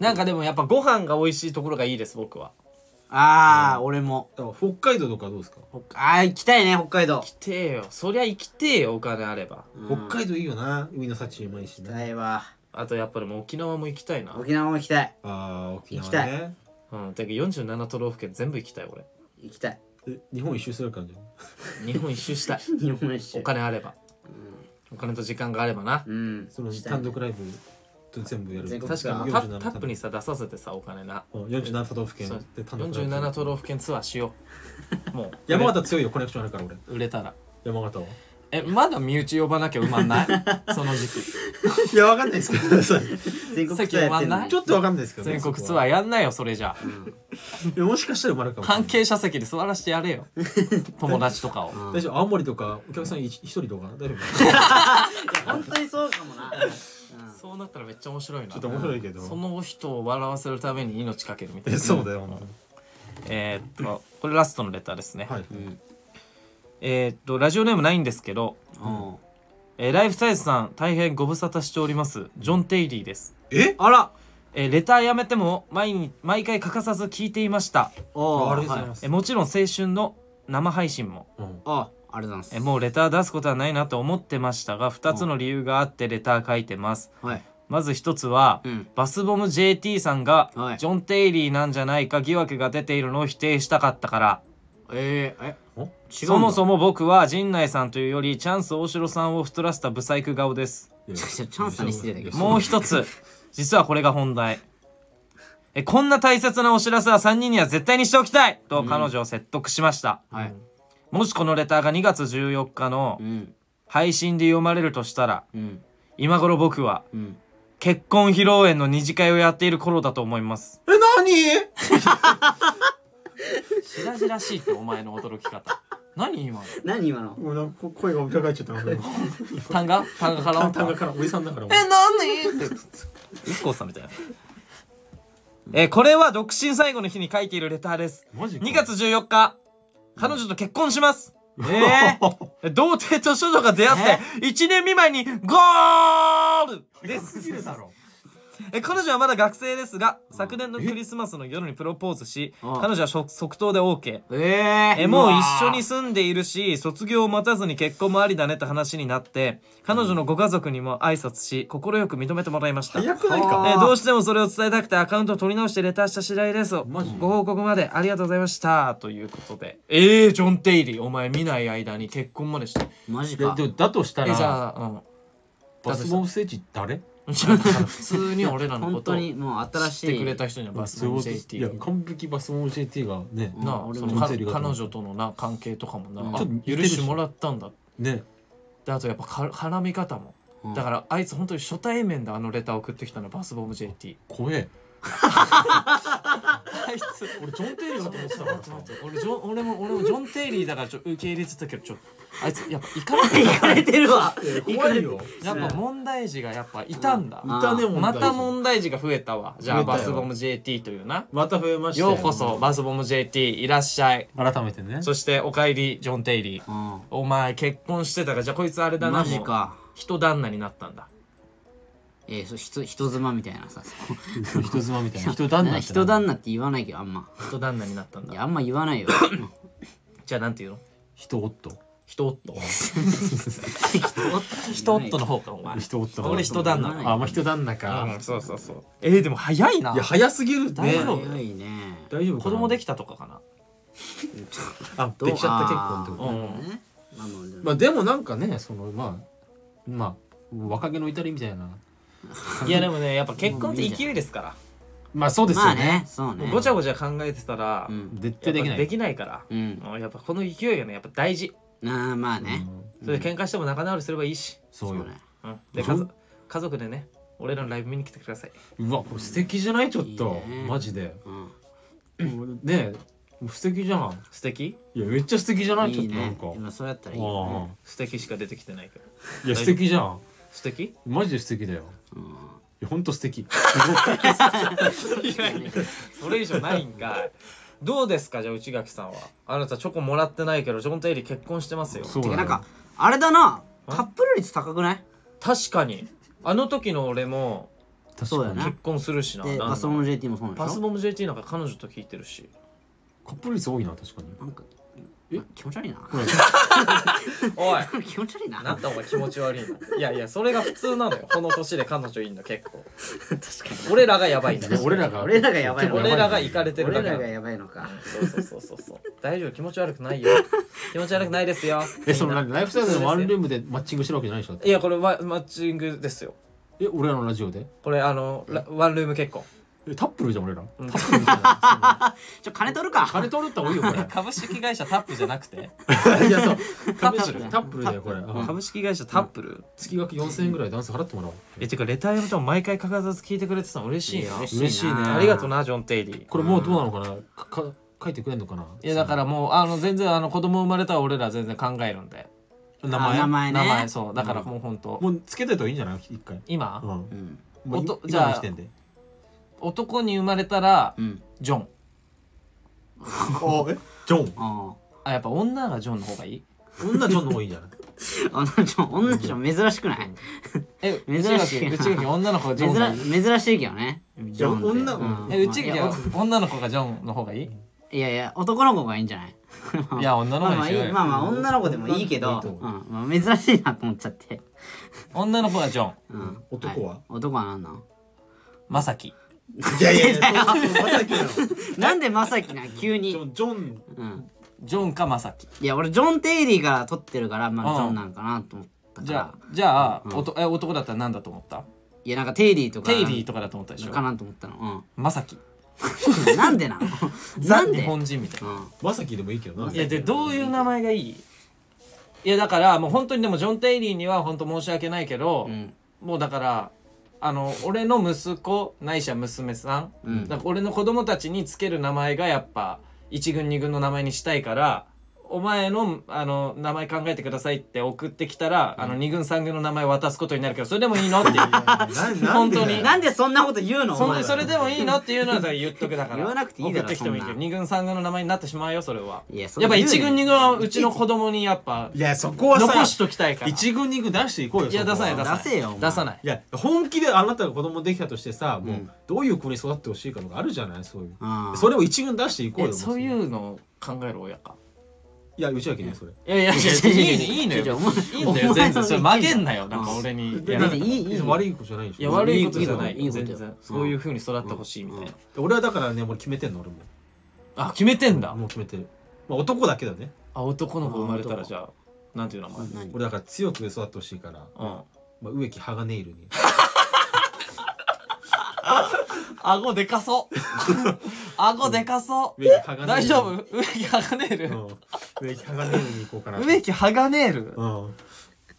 S2: なんかでもやっぱご飯が美味しいところがいいです僕は
S1: ああ俺も
S3: だから北海道とかどうですか
S1: ほっあー行きたいね北海道
S2: 来てえよそりゃ生きてえよお金あれば
S3: 北
S1: 道
S3: 海道いいよな海の幸うまいし
S1: 行き
S3: ね
S1: たいわ
S2: あとやっぱでも沖縄も行きたいな
S1: 沖縄も行きたい
S3: あー沖縄
S1: 行きた
S3: ね
S2: うんてか47都道府県全部行きたい俺
S1: 行きたい
S3: え日本一周する感じ
S2: 日本一周
S3: *laughs*
S2: したい
S1: 日本一周
S2: お金あればお金と時間があればな
S1: うん
S3: その
S1: したいね
S3: 単独ライブと全部やる
S1: 全国
S2: 確かにタ
S3: 47
S2: タップにさ出させてさお金な
S3: うん47都道府県
S2: そう
S3: で単独ライブ
S2: 47都道府県ツアーしよ
S3: *laughs*
S2: うもう
S3: 山形強いよコネクションあるから俺
S2: 売れたら
S3: 山形は
S2: えまだ身内呼ばなきゃ埋まん
S3: *laughs*
S2: ないその時期
S3: いやわかんないですけ *laughs* どそう
S1: 全国ツアーやってんの
S2: さっき回んない
S3: ちょっとわかんないですけどね
S2: *laughs* 全国ツアーやんないよそれじゃあ
S3: ーもしかしたら生まれるかもしれな
S2: 関
S3: い
S2: 係者席で座らしてやれ
S3: *laughs*
S2: よ友達とかを
S1: うん
S3: 大丈夫青森とかお客さん一一人とか大丈夫
S1: 本当にそうかもな。
S2: そうなったらめっちゃ面白いな
S3: ちょっと面白いけど
S2: その人を笑わせるために命かけるみたい
S3: え
S2: な
S3: *laughs* そうだよ、本当に
S2: えーっとこれラストのレターですね、
S3: はい
S1: うん。
S2: えーっとラジオネームないんですけど、
S1: うん。
S2: えーライフサイズさん大変ご無沙汰しておりますジョン・テイリーです、
S3: え
S1: あら。
S2: えーレターやめても毎日毎回欠かさず聞いていました、
S1: お
S3: あ
S1: ー
S3: ありがとうございま
S1: は
S3: す、
S2: えーもちろん青春の生配信も
S3: うん
S1: あ、ありがとうござ
S2: え
S1: い
S2: ー
S1: ま
S2: もうレター出すことはないなと思ってましたが2つの理由があってレター書いてます
S1: す。はい。
S2: まず1つは、
S1: うん。
S2: バスボム JT さんが
S1: はい
S2: ジョン・テイリーなんじゃないか疑惑が出ているのを否定したかったから
S1: えー、え、
S3: お
S1: 違う
S2: そもそ
S1: も。
S2: も僕は陣内さんというよりチャンス大城さんを太らせたブサイク顔です
S3: いや
S1: ちょチャンスさんに失礼だけど
S2: もう一つ実はこれが本題えこんな大切なお知らせは3人には絶対にしておきたいと彼女を説得しました、
S1: はい。
S2: もしこのレターが2月14日の
S1: うん。
S2: 配信で読まれるとしたら
S1: うん。
S2: 今頃僕は
S1: うん。
S2: 結婚披露宴の二次会をやっている頃だと思います
S3: え何
S2: 白々しいってお前の驚き方何今の
S1: 何今の。
S3: もうなんかこ声が裏返っちゃったな俺
S2: *laughs* 単が単がから
S3: 簡単だからおじさんだから
S2: え何って *laughs* 一光さんみたいなえーこれは独身最後の日に書いているレターです
S3: マジか
S2: 2月14日彼女と結婚しますえー、童貞と処女が出会って1年未満にゴールで
S1: *laughs*
S2: す
S3: すぎるだろ
S2: え彼女はまだ学生ですが昨年のクリスマスの夜にプロポーズし
S1: うん
S2: 彼女は即即答で OK
S1: え
S2: えもう一緒に住んでいるし卒業を待たずに結婚もありだねって話になって彼女のご家族にも挨拶し快く認めてもらいました
S3: 早くないか
S1: あ
S2: え
S1: ー
S2: どうしてもそれを伝えたくてアカウントを取り直してレターした次第です
S3: マジ
S2: ご報告までありがとうございましたということでえー、ジョン・テイリーお前見ない間に結婚までして
S1: マジ
S3: で
S1: か
S3: でもだとした
S2: えじ
S3: ら
S2: ゃあ、うん
S3: バスボムステージ誰
S2: じゃあ普通に俺らのこ
S1: 本当
S2: とを
S1: に
S2: 知
S1: もう新
S2: っ
S1: してい
S2: くれた人にはバスボム
S3: いや
S2: JT
S3: 完璧バスボム JT がね
S1: うん
S2: なあ
S1: 俺
S2: そ
S1: も
S2: のか
S3: 見てる
S2: 彼
S3: よ
S2: 女とのな関係とかもな、
S1: うん
S2: あ
S3: ちょっと似て
S2: 許
S3: るし
S2: してもらったんだ
S3: ね
S2: であとやっぱか絡み方も、
S1: うん
S2: だからあいつ本当に初対面であのレター送ってきたのバスボム JT
S3: 怖え
S2: あいつ
S3: 俺ジョン・テイリーだと思ってたか
S2: ち
S3: ら
S2: ょっと待って俺ジョン俺も俺もジョン・テイリーだからちょっと受け入れてたけどちょっとあいつやっぱ行かな
S1: *laughs*
S2: か
S1: 行かれてるわ
S3: え怖いよ
S2: ったやっぱ問題児がやっぱいたんだ、
S1: う
S3: い
S1: ん
S3: たね
S1: あー
S3: もう
S2: また問題児が増えたわじゃ
S3: 増
S2: あ
S3: えたよ
S2: バスボム JT というな
S3: また増えました
S2: ようこそバスボム JT いらっしゃい
S3: 改めてね
S2: そしておかえりジョン・テイリー
S1: うん
S2: お前結婚してたからじゃあこいつあれだな
S1: マジ
S2: もう
S1: か
S2: 人旦那になったんだ
S1: えー、そう人人妻みたいなさ
S3: 人妻みたいな人旦那って
S1: 人旦那って言わないけどあんま
S2: 人旦那になったん
S1: い
S2: だ
S1: やあんま言わない *laughs* よ
S2: じゃあなんて言うの
S3: 人夫
S2: 人夫
S1: 人
S2: 人夫の方かお前
S3: 人夫
S2: 俺人旦那
S1: はい
S3: あまあ人旦那か
S2: うんそうそうそうえー、でも早いない
S3: や早すぎるね
S2: 大丈夫
S1: 早いね
S3: 大丈夫
S2: 子供で
S3: き
S2: きたとかかな
S3: あできちゃった結婚ってこと
S1: あー
S2: うん
S1: なるほどねまあまあでも
S3: まあでもなんかねそのまあまあ若気の至りみたいない
S2: やでもねやっぱ結婚って勢いですから
S3: まあそうです
S1: ま
S3: よ
S1: あ
S3: ね
S1: ねそうね
S2: ごちゃごちゃ考えてたら、
S1: うん
S3: 絶
S2: や
S3: 対
S2: っぱ
S3: できない
S2: できないから、
S1: うん
S2: うんやっぱこの勢いがねやっぱ大事
S1: なあまあ
S3: う
S1: ね
S3: ん
S2: それで喧嘩しても仲直りすればいいし、
S3: そうよ
S1: ね
S2: うん、で
S3: うん
S2: 家族家族でね俺らのライブ見に来てくださいう
S3: わこれ素敵じゃないちょっと
S1: いいね
S3: マジで
S1: うん
S3: ねえ素敵じゃん
S2: 素敵
S3: いやめっちゃ素敵じゃないちょ
S1: い
S3: っ
S1: い
S3: となん
S1: ね
S3: か
S1: 今そうやったらいいよね
S3: あ
S2: 素敵しか出てきてないけど
S3: あいや素敵じゃん
S2: 素敵
S3: マジで素敵だよ
S1: うん
S3: いやほんと
S1: *laughs*
S3: 素敵
S2: いやいやそれ以上ないんかいどうですかじゃあ内垣さんはあなたチョコもらってないけどジョン・テイリー結婚してますよ
S3: そう
S1: て
S3: だ
S1: か
S3: よ
S1: なんかあれだな
S2: あ
S1: カップル率高くない
S2: 確かにあの時の俺も
S1: そうだよね
S2: 結婚するしな
S1: で
S2: なん
S1: バ
S2: だ
S1: スボム JT もそうな
S2: バ
S1: んで
S2: ス
S1: しょ
S2: ボム JT なんか彼女と聞いてるし
S3: カップル率多いな確かに
S1: なんか
S3: え
S1: 気持ち悪いな
S2: おい
S1: *laughs* 気持ち悪いな
S2: なんだお前気持ち悪いないやいやそれが普通なのよこの年で彼女いんの結構
S1: 確かに
S2: 俺らがやばいんだ
S3: いや俺らが
S1: *laughs* 俺らがやばいのか
S2: 俺らがイカれてるだ
S1: 俺
S2: けな
S1: ら
S2: の
S1: がやばいのか
S2: そうそうそうそうそう大丈夫気持ち悪くないよ気持ち悪くないですよ
S3: えそ
S2: み
S3: の
S2: んな
S3: 何ライフスタイルのワン
S2: 普通で
S3: ルームでマッチングしてるわけじゃないでしょだっ
S2: す
S3: て
S2: よいやこれワマッチングですよ
S3: え俺らのラジオで
S2: これあのラワンルーム結婚
S3: えタップルじゃん俺ら
S2: うん
S3: タップルじゃん
S1: ちょ金取るか
S3: 金取るった方がいいよこれ
S2: 株式会社タップじゃなくて
S3: いやそう
S2: タッ
S3: タッ
S2: プ
S3: プ
S2: ル
S3: ルタップルだよこれうん
S2: 株式会社タップル
S3: 月額4000円ぐらい男性払ってもらおう
S2: えてかレターやめても毎回欠かさず聞いてくれてたの嬉しいな
S1: 嬉しいな
S2: ありがとうなジョン・テイリー
S3: これもうどうなのかなかか書いてくれんのかない
S2: いやだからもうあの全然あの子供生まれたら俺ら全然考えるんで
S3: 名
S1: あ
S3: 前
S1: 名前ね
S2: 名前そうだからもう本当
S3: もうつけといた方がいいんじゃない一回
S2: 今、
S3: うん
S1: うん
S3: もう
S2: おと
S3: 今
S2: じゃあ
S3: の時点で
S2: 男に生まれたら
S1: うん
S2: ジョン
S3: あえジョン
S1: あ
S2: あやっぱ女がジョンの方がいい
S3: 女ジョンの方がいいんじゃない
S1: あ女ちょ女ちょ珍しくない
S2: え
S1: 珍
S2: 内
S1: しい
S2: 垣内垣女の子がジョンがいい
S1: 珍珍しいけどねジョンって
S3: 女
S1: うん
S2: え内
S1: い
S2: 垣
S1: や
S2: は女の子がジョンの方がいい
S1: いやいや男の子がいいんじゃない
S2: いや女の
S1: まあ
S2: 子
S1: まあ
S2: にし
S1: い
S2: よう
S1: い
S2: よ、
S1: まあまあ女の子でもいいけど、
S3: 女
S1: うん
S3: の子でも
S1: まあ、珍しいなと思っちゃって、
S2: 女の子がジョン
S1: うん、
S3: 男はい
S1: 男は何なの
S2: まさき
S3: いやいやいやまさきだよ
S1: なんでまさきなん急
S3: ジ
S1: に、
S3: ョンジョン
S1: うん、
S2: ジョンかまさき
S1: いや俺ジョン・テイリーから撮ってるからま
S2: うん
S1: あジョンなんかなと思ったか
S2: じゃ
S1: ら
S2: あじゃあ、おとえ男だったら何だと思った
S1: いやなんかテイリーとか
S2: テイリーとかだと思ったでしょ
S1: かなと思ったの、
S2: まさき
S1: うん、 *laughs* なんでな
S2: *laughs*
S1: のなんで
S2: 日本人みたいな
S1: うん
S3: まさきでもいいけどない
S2: やでどういう名前がいいいやだからもう本当にでもジョン・テイリーには本当申し訳ないけど、
S1: うん
S2: もうだからあの俺の息子ないしは娘さん、
S1: うん
S2: だから俺の子供たちにつける名前がやっぱ一軍二軍の名前にしたいからお前のあの名前考えてくださいって送ってきたら、あの2軍3軍の名前渡すことになるけどそれでもいいのっていう本当に
S1: なんでそんなこと言うのお
S2: そん
S1: 前
S2: でそれでもいいのっていうのはだから言っとくだから
S1: 言わなくていいだろ
S2: 送ってきてもいいけ
S1: そ
S2: ど
S1: んな
S2: 2軍3軍の名前になってしまうよそれはい
S1: やそん
S2: やっぱ
S1: な言うね
S2: 1軍2軍はうちの子供にやっぱ
S3: いやそこはさ
S2: 残しときたいからい
S3: 一軍二軍出していこうよ
S2: や出さない出
S3: 出
S2: さな
S3: さ
S2: い
S1: 出せよお前
S2: 出さない
S3: いや本気であなたが子供できたとしてさ、も
S1: うん
S3: うどういう子に育ってほしいかとかあるじゃないそういう、
S1: ああ
S3: それを一軍出していこうよ
S2: えそういううのを考える親か
S3: いや内訳ねそれ
S2: いやいやいやいいねいいの
S1: いや
S2: よ
S1: お前
S2: いいんだよ
S1: お前の
S2: 全然それ曲げんなよなんか俺にい
S3: で
S2: や
S1: な
S2: なんん
S1: か
S2: か
S1: い
S2: い
S1: いいい
S3: 悪い子じゃないでし
S2: や
S3: ょ
S2: 悪いことじゃない
S1: いいこと
S2: 全
S1: よ
S2: 然そういう風に育ってほしいみたいな
S3: 俺はだからね俺決めてんの俺も
S2: あ決めてんだ
S3: もう決めてる、まあ、男だけだね
S2: あ男の子生まれた
S1: あ
S2: ら
S1: 男
S2: じゃあなんていう名前うん
S1: 何
S3: 俺だから強く育ってほしいから、まあ、植木ハガネイルに
S2: 顎でかそう *laughs* 顎でかそう
S3: 植木ハガネイル
S2: 大丈夫植木ハガネール
S3: うん植木ハガネイルに行こうかな
S2: 植木ハガネール
S3: うん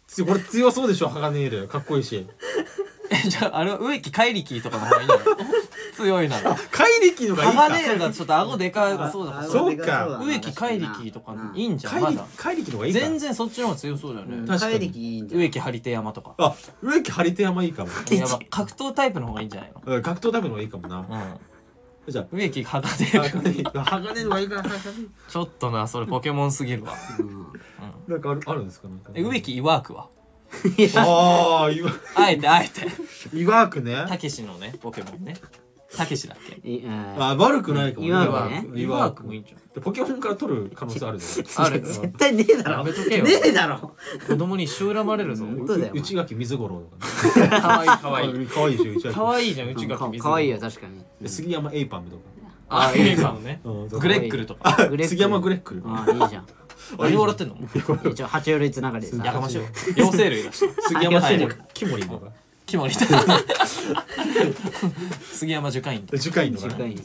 S3: つこれ強そうでしょハガネイルかっこいいし
S2: えじゃああれは植木怪力とかの方がい *laughs* いの強いなら
S3: 怪力のがいい
S2: ハ
S3: か
S2: ガネールがちょっと顎でかそうだから
S3: そうか
S2: 植木怪力とかいいんじゃんま
S3: 怪
S2: だ
S3: 力怪力の方がいいか
S2: 全然そっちの方が強そうだよね
S3: 確かに
S1: 怪力いいんじゃん
S2: 植木張り手山とか
S3: あ植木ハリテヤマいいかも
S2: やば格闘タイプの方がいいんじゃないの
S3: うん格闘タイプの方がいいかもなじゃあ
S2: 植木ハガネ
S3: ハ
S2: ー *laughs*
S3: ガ
S2: ル
S3: ネイルハガネイルはいいかな
S2: ちょっとなそれポケモンすぎるわ
S1: うん
S3: なんかあるあるんですかなんか
S2: え植木イワークは
S3: ああイワ
S2: あえてあえて
S3: イワークね
S2: たけしのねポケモンねたけしだっけ
S1: いあ
S3: あ悪くないかも
S1: イ
S3: ね
S1: ワーク
S2: イ
S3: イ
S2: ワ
S3: ワ
S2: ー
S3: ー
S2: ク
S3: ク
S2: もいい
S3: ね
S2: んじゃん
S3: でポケモンから取る可能性あるじゃ
S2: ある
S1: 絶対ねえだろ
S2: やめとけよ
S1: ねえだろ
S2: 子供に一生恨まれるぞ
S1: 本
S3: ん
S1: 当だよお前
S3: 内垣水五郎とかね
S2: 可愛い可愛い
S3: かわいいでしょ内垣
S2: 可愛いじゃん内
S1: うんか
S2: 垣水
S1: かわいいよ確かに
S3: で杉山エイパムとか
S2: あ映画のね
S3: うん
S2: グレックルとか
S1: かグレックル
S3: 杉山グレックル
S1: ああいいじゃん
S2: 何笑ってんの
S1: 一応爬虫類つながりでさ
S2: やか *laughs* ましいわ妖精類だし
S3: 杉山
S1: はい
S3: キモリンとか
S2: キモリ *laughs* 杉山受会員
S3: 樹海とか
S1: 樹海
S3: ねあいい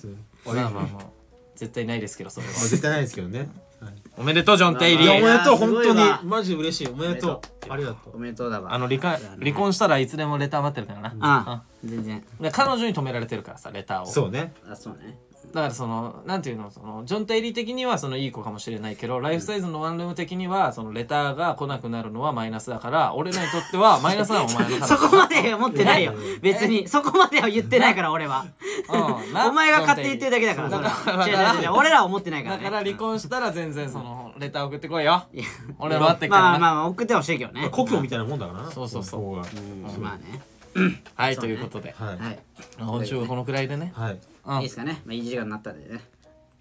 S2: まあ
S3: ね
S2: まあまあ絶対ないですけどそれ
S3: あ
S2: は
S3: 絶対ないですけどね
S2: *laughs* おめでとうジョン・テイ
S1: い
S2: リ
S3: いやお
S1: や
S3: め
S2: ー
S3: でとう
S1: すご
S3: 本
S1: いわ
S3: 当にマジで嬉しいおめでとうありがと
S1: お
S3: う
S1: めでとうだわ
S2: あの離婚離婚したらいつでもレター待ってるからな
S1: ああ全然
S2: で彼女に止められてるからさレターを
S3: そうね
S1: あそうね
S2: だからそのなんていうのそのジョン・テイリー的にはそのいい子かもしれないけどライフサイズのワンルーム的にはそのレターが来なくなるのはマイナスだから俺らにとってはマイナスなのお前の話
S1: そこまで思ってないよ
S3: え
S1: 別にそこまでは言ってないから俺は
S2: うんな
S1: お前が勝手に言ってるだけだから
S2: だか
S1: そ
S2: ら
S1: れは違う違う違う俺らは思ってないから
S2: だ
S1: ね
S2: から離婚したら全然そのレター送ってこいよ
S1: いや
S2: 俺は待ってっから
S1: まあ
S2: な
S1: まあまあ送ってほしいけどね
S3: 故郷みたいなもんだからな
S2: そうそうそう
S3: ここが
S1: うんまあね
S2: はい、
S1: そう
S2: と
S1: ね
S2: いうことで、
S3: はい
S1: はい
S2: 今週はこのくらいでね。
S3: はい
S2: うん
S1: いいですかねまあいい時間になったんでね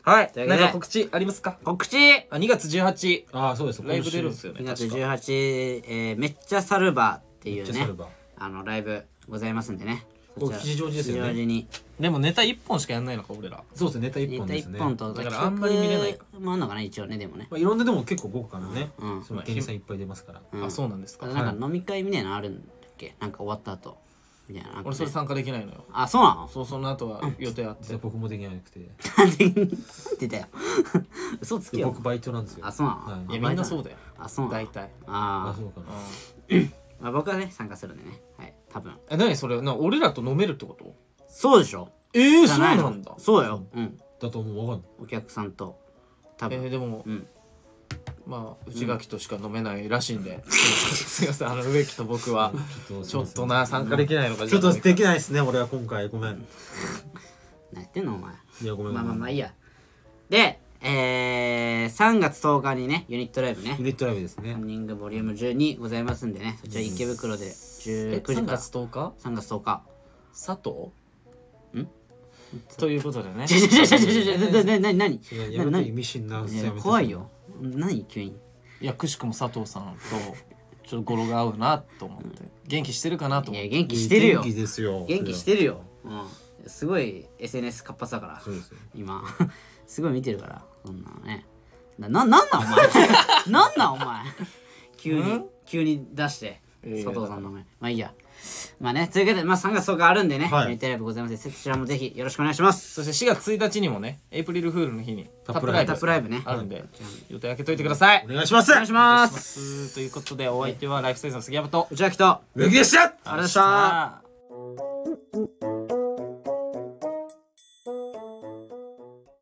S2: はい
S1: というわけで
S2: なんか告知ありますか
S1: 告知
S2: あ ?2 月18、
S3: ああそうです
S2: ライブ出るんです
S3: よ
S2: よね。
S1: 2月
S2: 確か
S1: 18、えーめっちゃサルバーってい
S3: め
S1: う
S3: っちゃサ
S1: ね
S3: ルバー
S1: あのライブございますんでね
S3: ここ
S1: そちら
S3: 吉祥寺ですよね
S1: 吉祥寺に
S2: でもネタ1本しかやんないのか、俺ら。
S3: そうですねネタ一
S1: ネ
S3: 本
S1: タ
S3: です
S1: 1
S3: ね
S1: 本と
S2: だからあんまり見れないか
S1: 企画もあんのかな一応ねでもね
S3: まあいろんなでも結構豪華なね
S1: うん
S3: その芸人さんいっぱい出ますから
S1: うん
S2: あ、そうなんですか。
S1: なんか飲み会みたいなのあるんだっけなんか終わった後みたいななんかね
S2: 俺、それ参加できないのよ。
S1: あそうなの *laughs*
S2: そう、その後は予定あっ
S3: 実
S2: て
S3: は。僕もできなくて
S1: なんで言ってたよ *laughs* 嘘つけよ
S3: 僕バイトなんですよ
S1: あそうなの
S3: はい
S2: いや、みんなそうだよ。
S1: あそうな
S2: 大
S1: の
S2: 体。
S1: あー
S3: あそうかな
S1: まあ僕はね参加するんでねはい多分
S2: え、なにそれな俺らと飲めるってこと
S1: そうでしょ
S2: ええ、
S1: じ
S2: そ
S1: ゃ
S2: う
S1: ないの
S2: なんだ。
S1: そうだようん
S3: だと思うわかんない
S1: お客さんと多
S2: え
S1: 分
S2: ー、でも
S1: うん、
S2: まあ、内垣としか飲めないらしいんで。すいません、あの、植木と僕は、ちょっとな、参加できないのか、
S3: ちょっと
S2: じゃあ
S3: できないですね俺は今回ごめん
S1: 何やってんのお前
S3: いやごめん
S1: まあまあまあいい
S3: や
S1: やでえー、3月10日にねユニットライブね
S3: ユニットライブですね
S1: ランニングボリューム12ございますんでねそちら池袋で
S2: え
S1: 19時
S2: 3
S1: から
S2: 月10日
S1: 3月10日
S2: 佐藤ということでね
S1: ちょちょちょちょちょ
S2: *laughs*
S1: ちょななな何
S3: いややめて意味深な
S1: ね怖いよ何急に
S2: いやくしくも佐藤さんとちょっと語呂が合うなと思って元気してるかなと
S1: い
S2: 思っ
S1: や
S2: て
S1: 元気してるよ
S3: 元気ですよ
S1: 元気してるよ、うん、すごい SNS 活発だから
S3: そうですよ
S1: 今 *laughs* すごい見てるからそんなのねなななんなんお前なんなんお前急に急に出して
S2: いやいや
S1: 佐藤さんの名前まあいいやまあねということで、まあ、3月10日あるんでね、
S3: はい
S1: ユニットライブございますそちらもぜひよろしくお願いします
S2: そして4月1日にもねエイプリルフールの日にタ
S3: タ
S2: ップ
S3: ップ
S2: ラ
S3: ラ
S2: イ
S3: イ
S2: ブ
S1: タップライブね
S2: あるんで予定開けといてください
S3: お願いします
S1: お願いします
S2: すということでお相手はライフサイズの杉山と
S1: 内脇とありがとう
S3: 元気でした
S1: ございました
S2: あ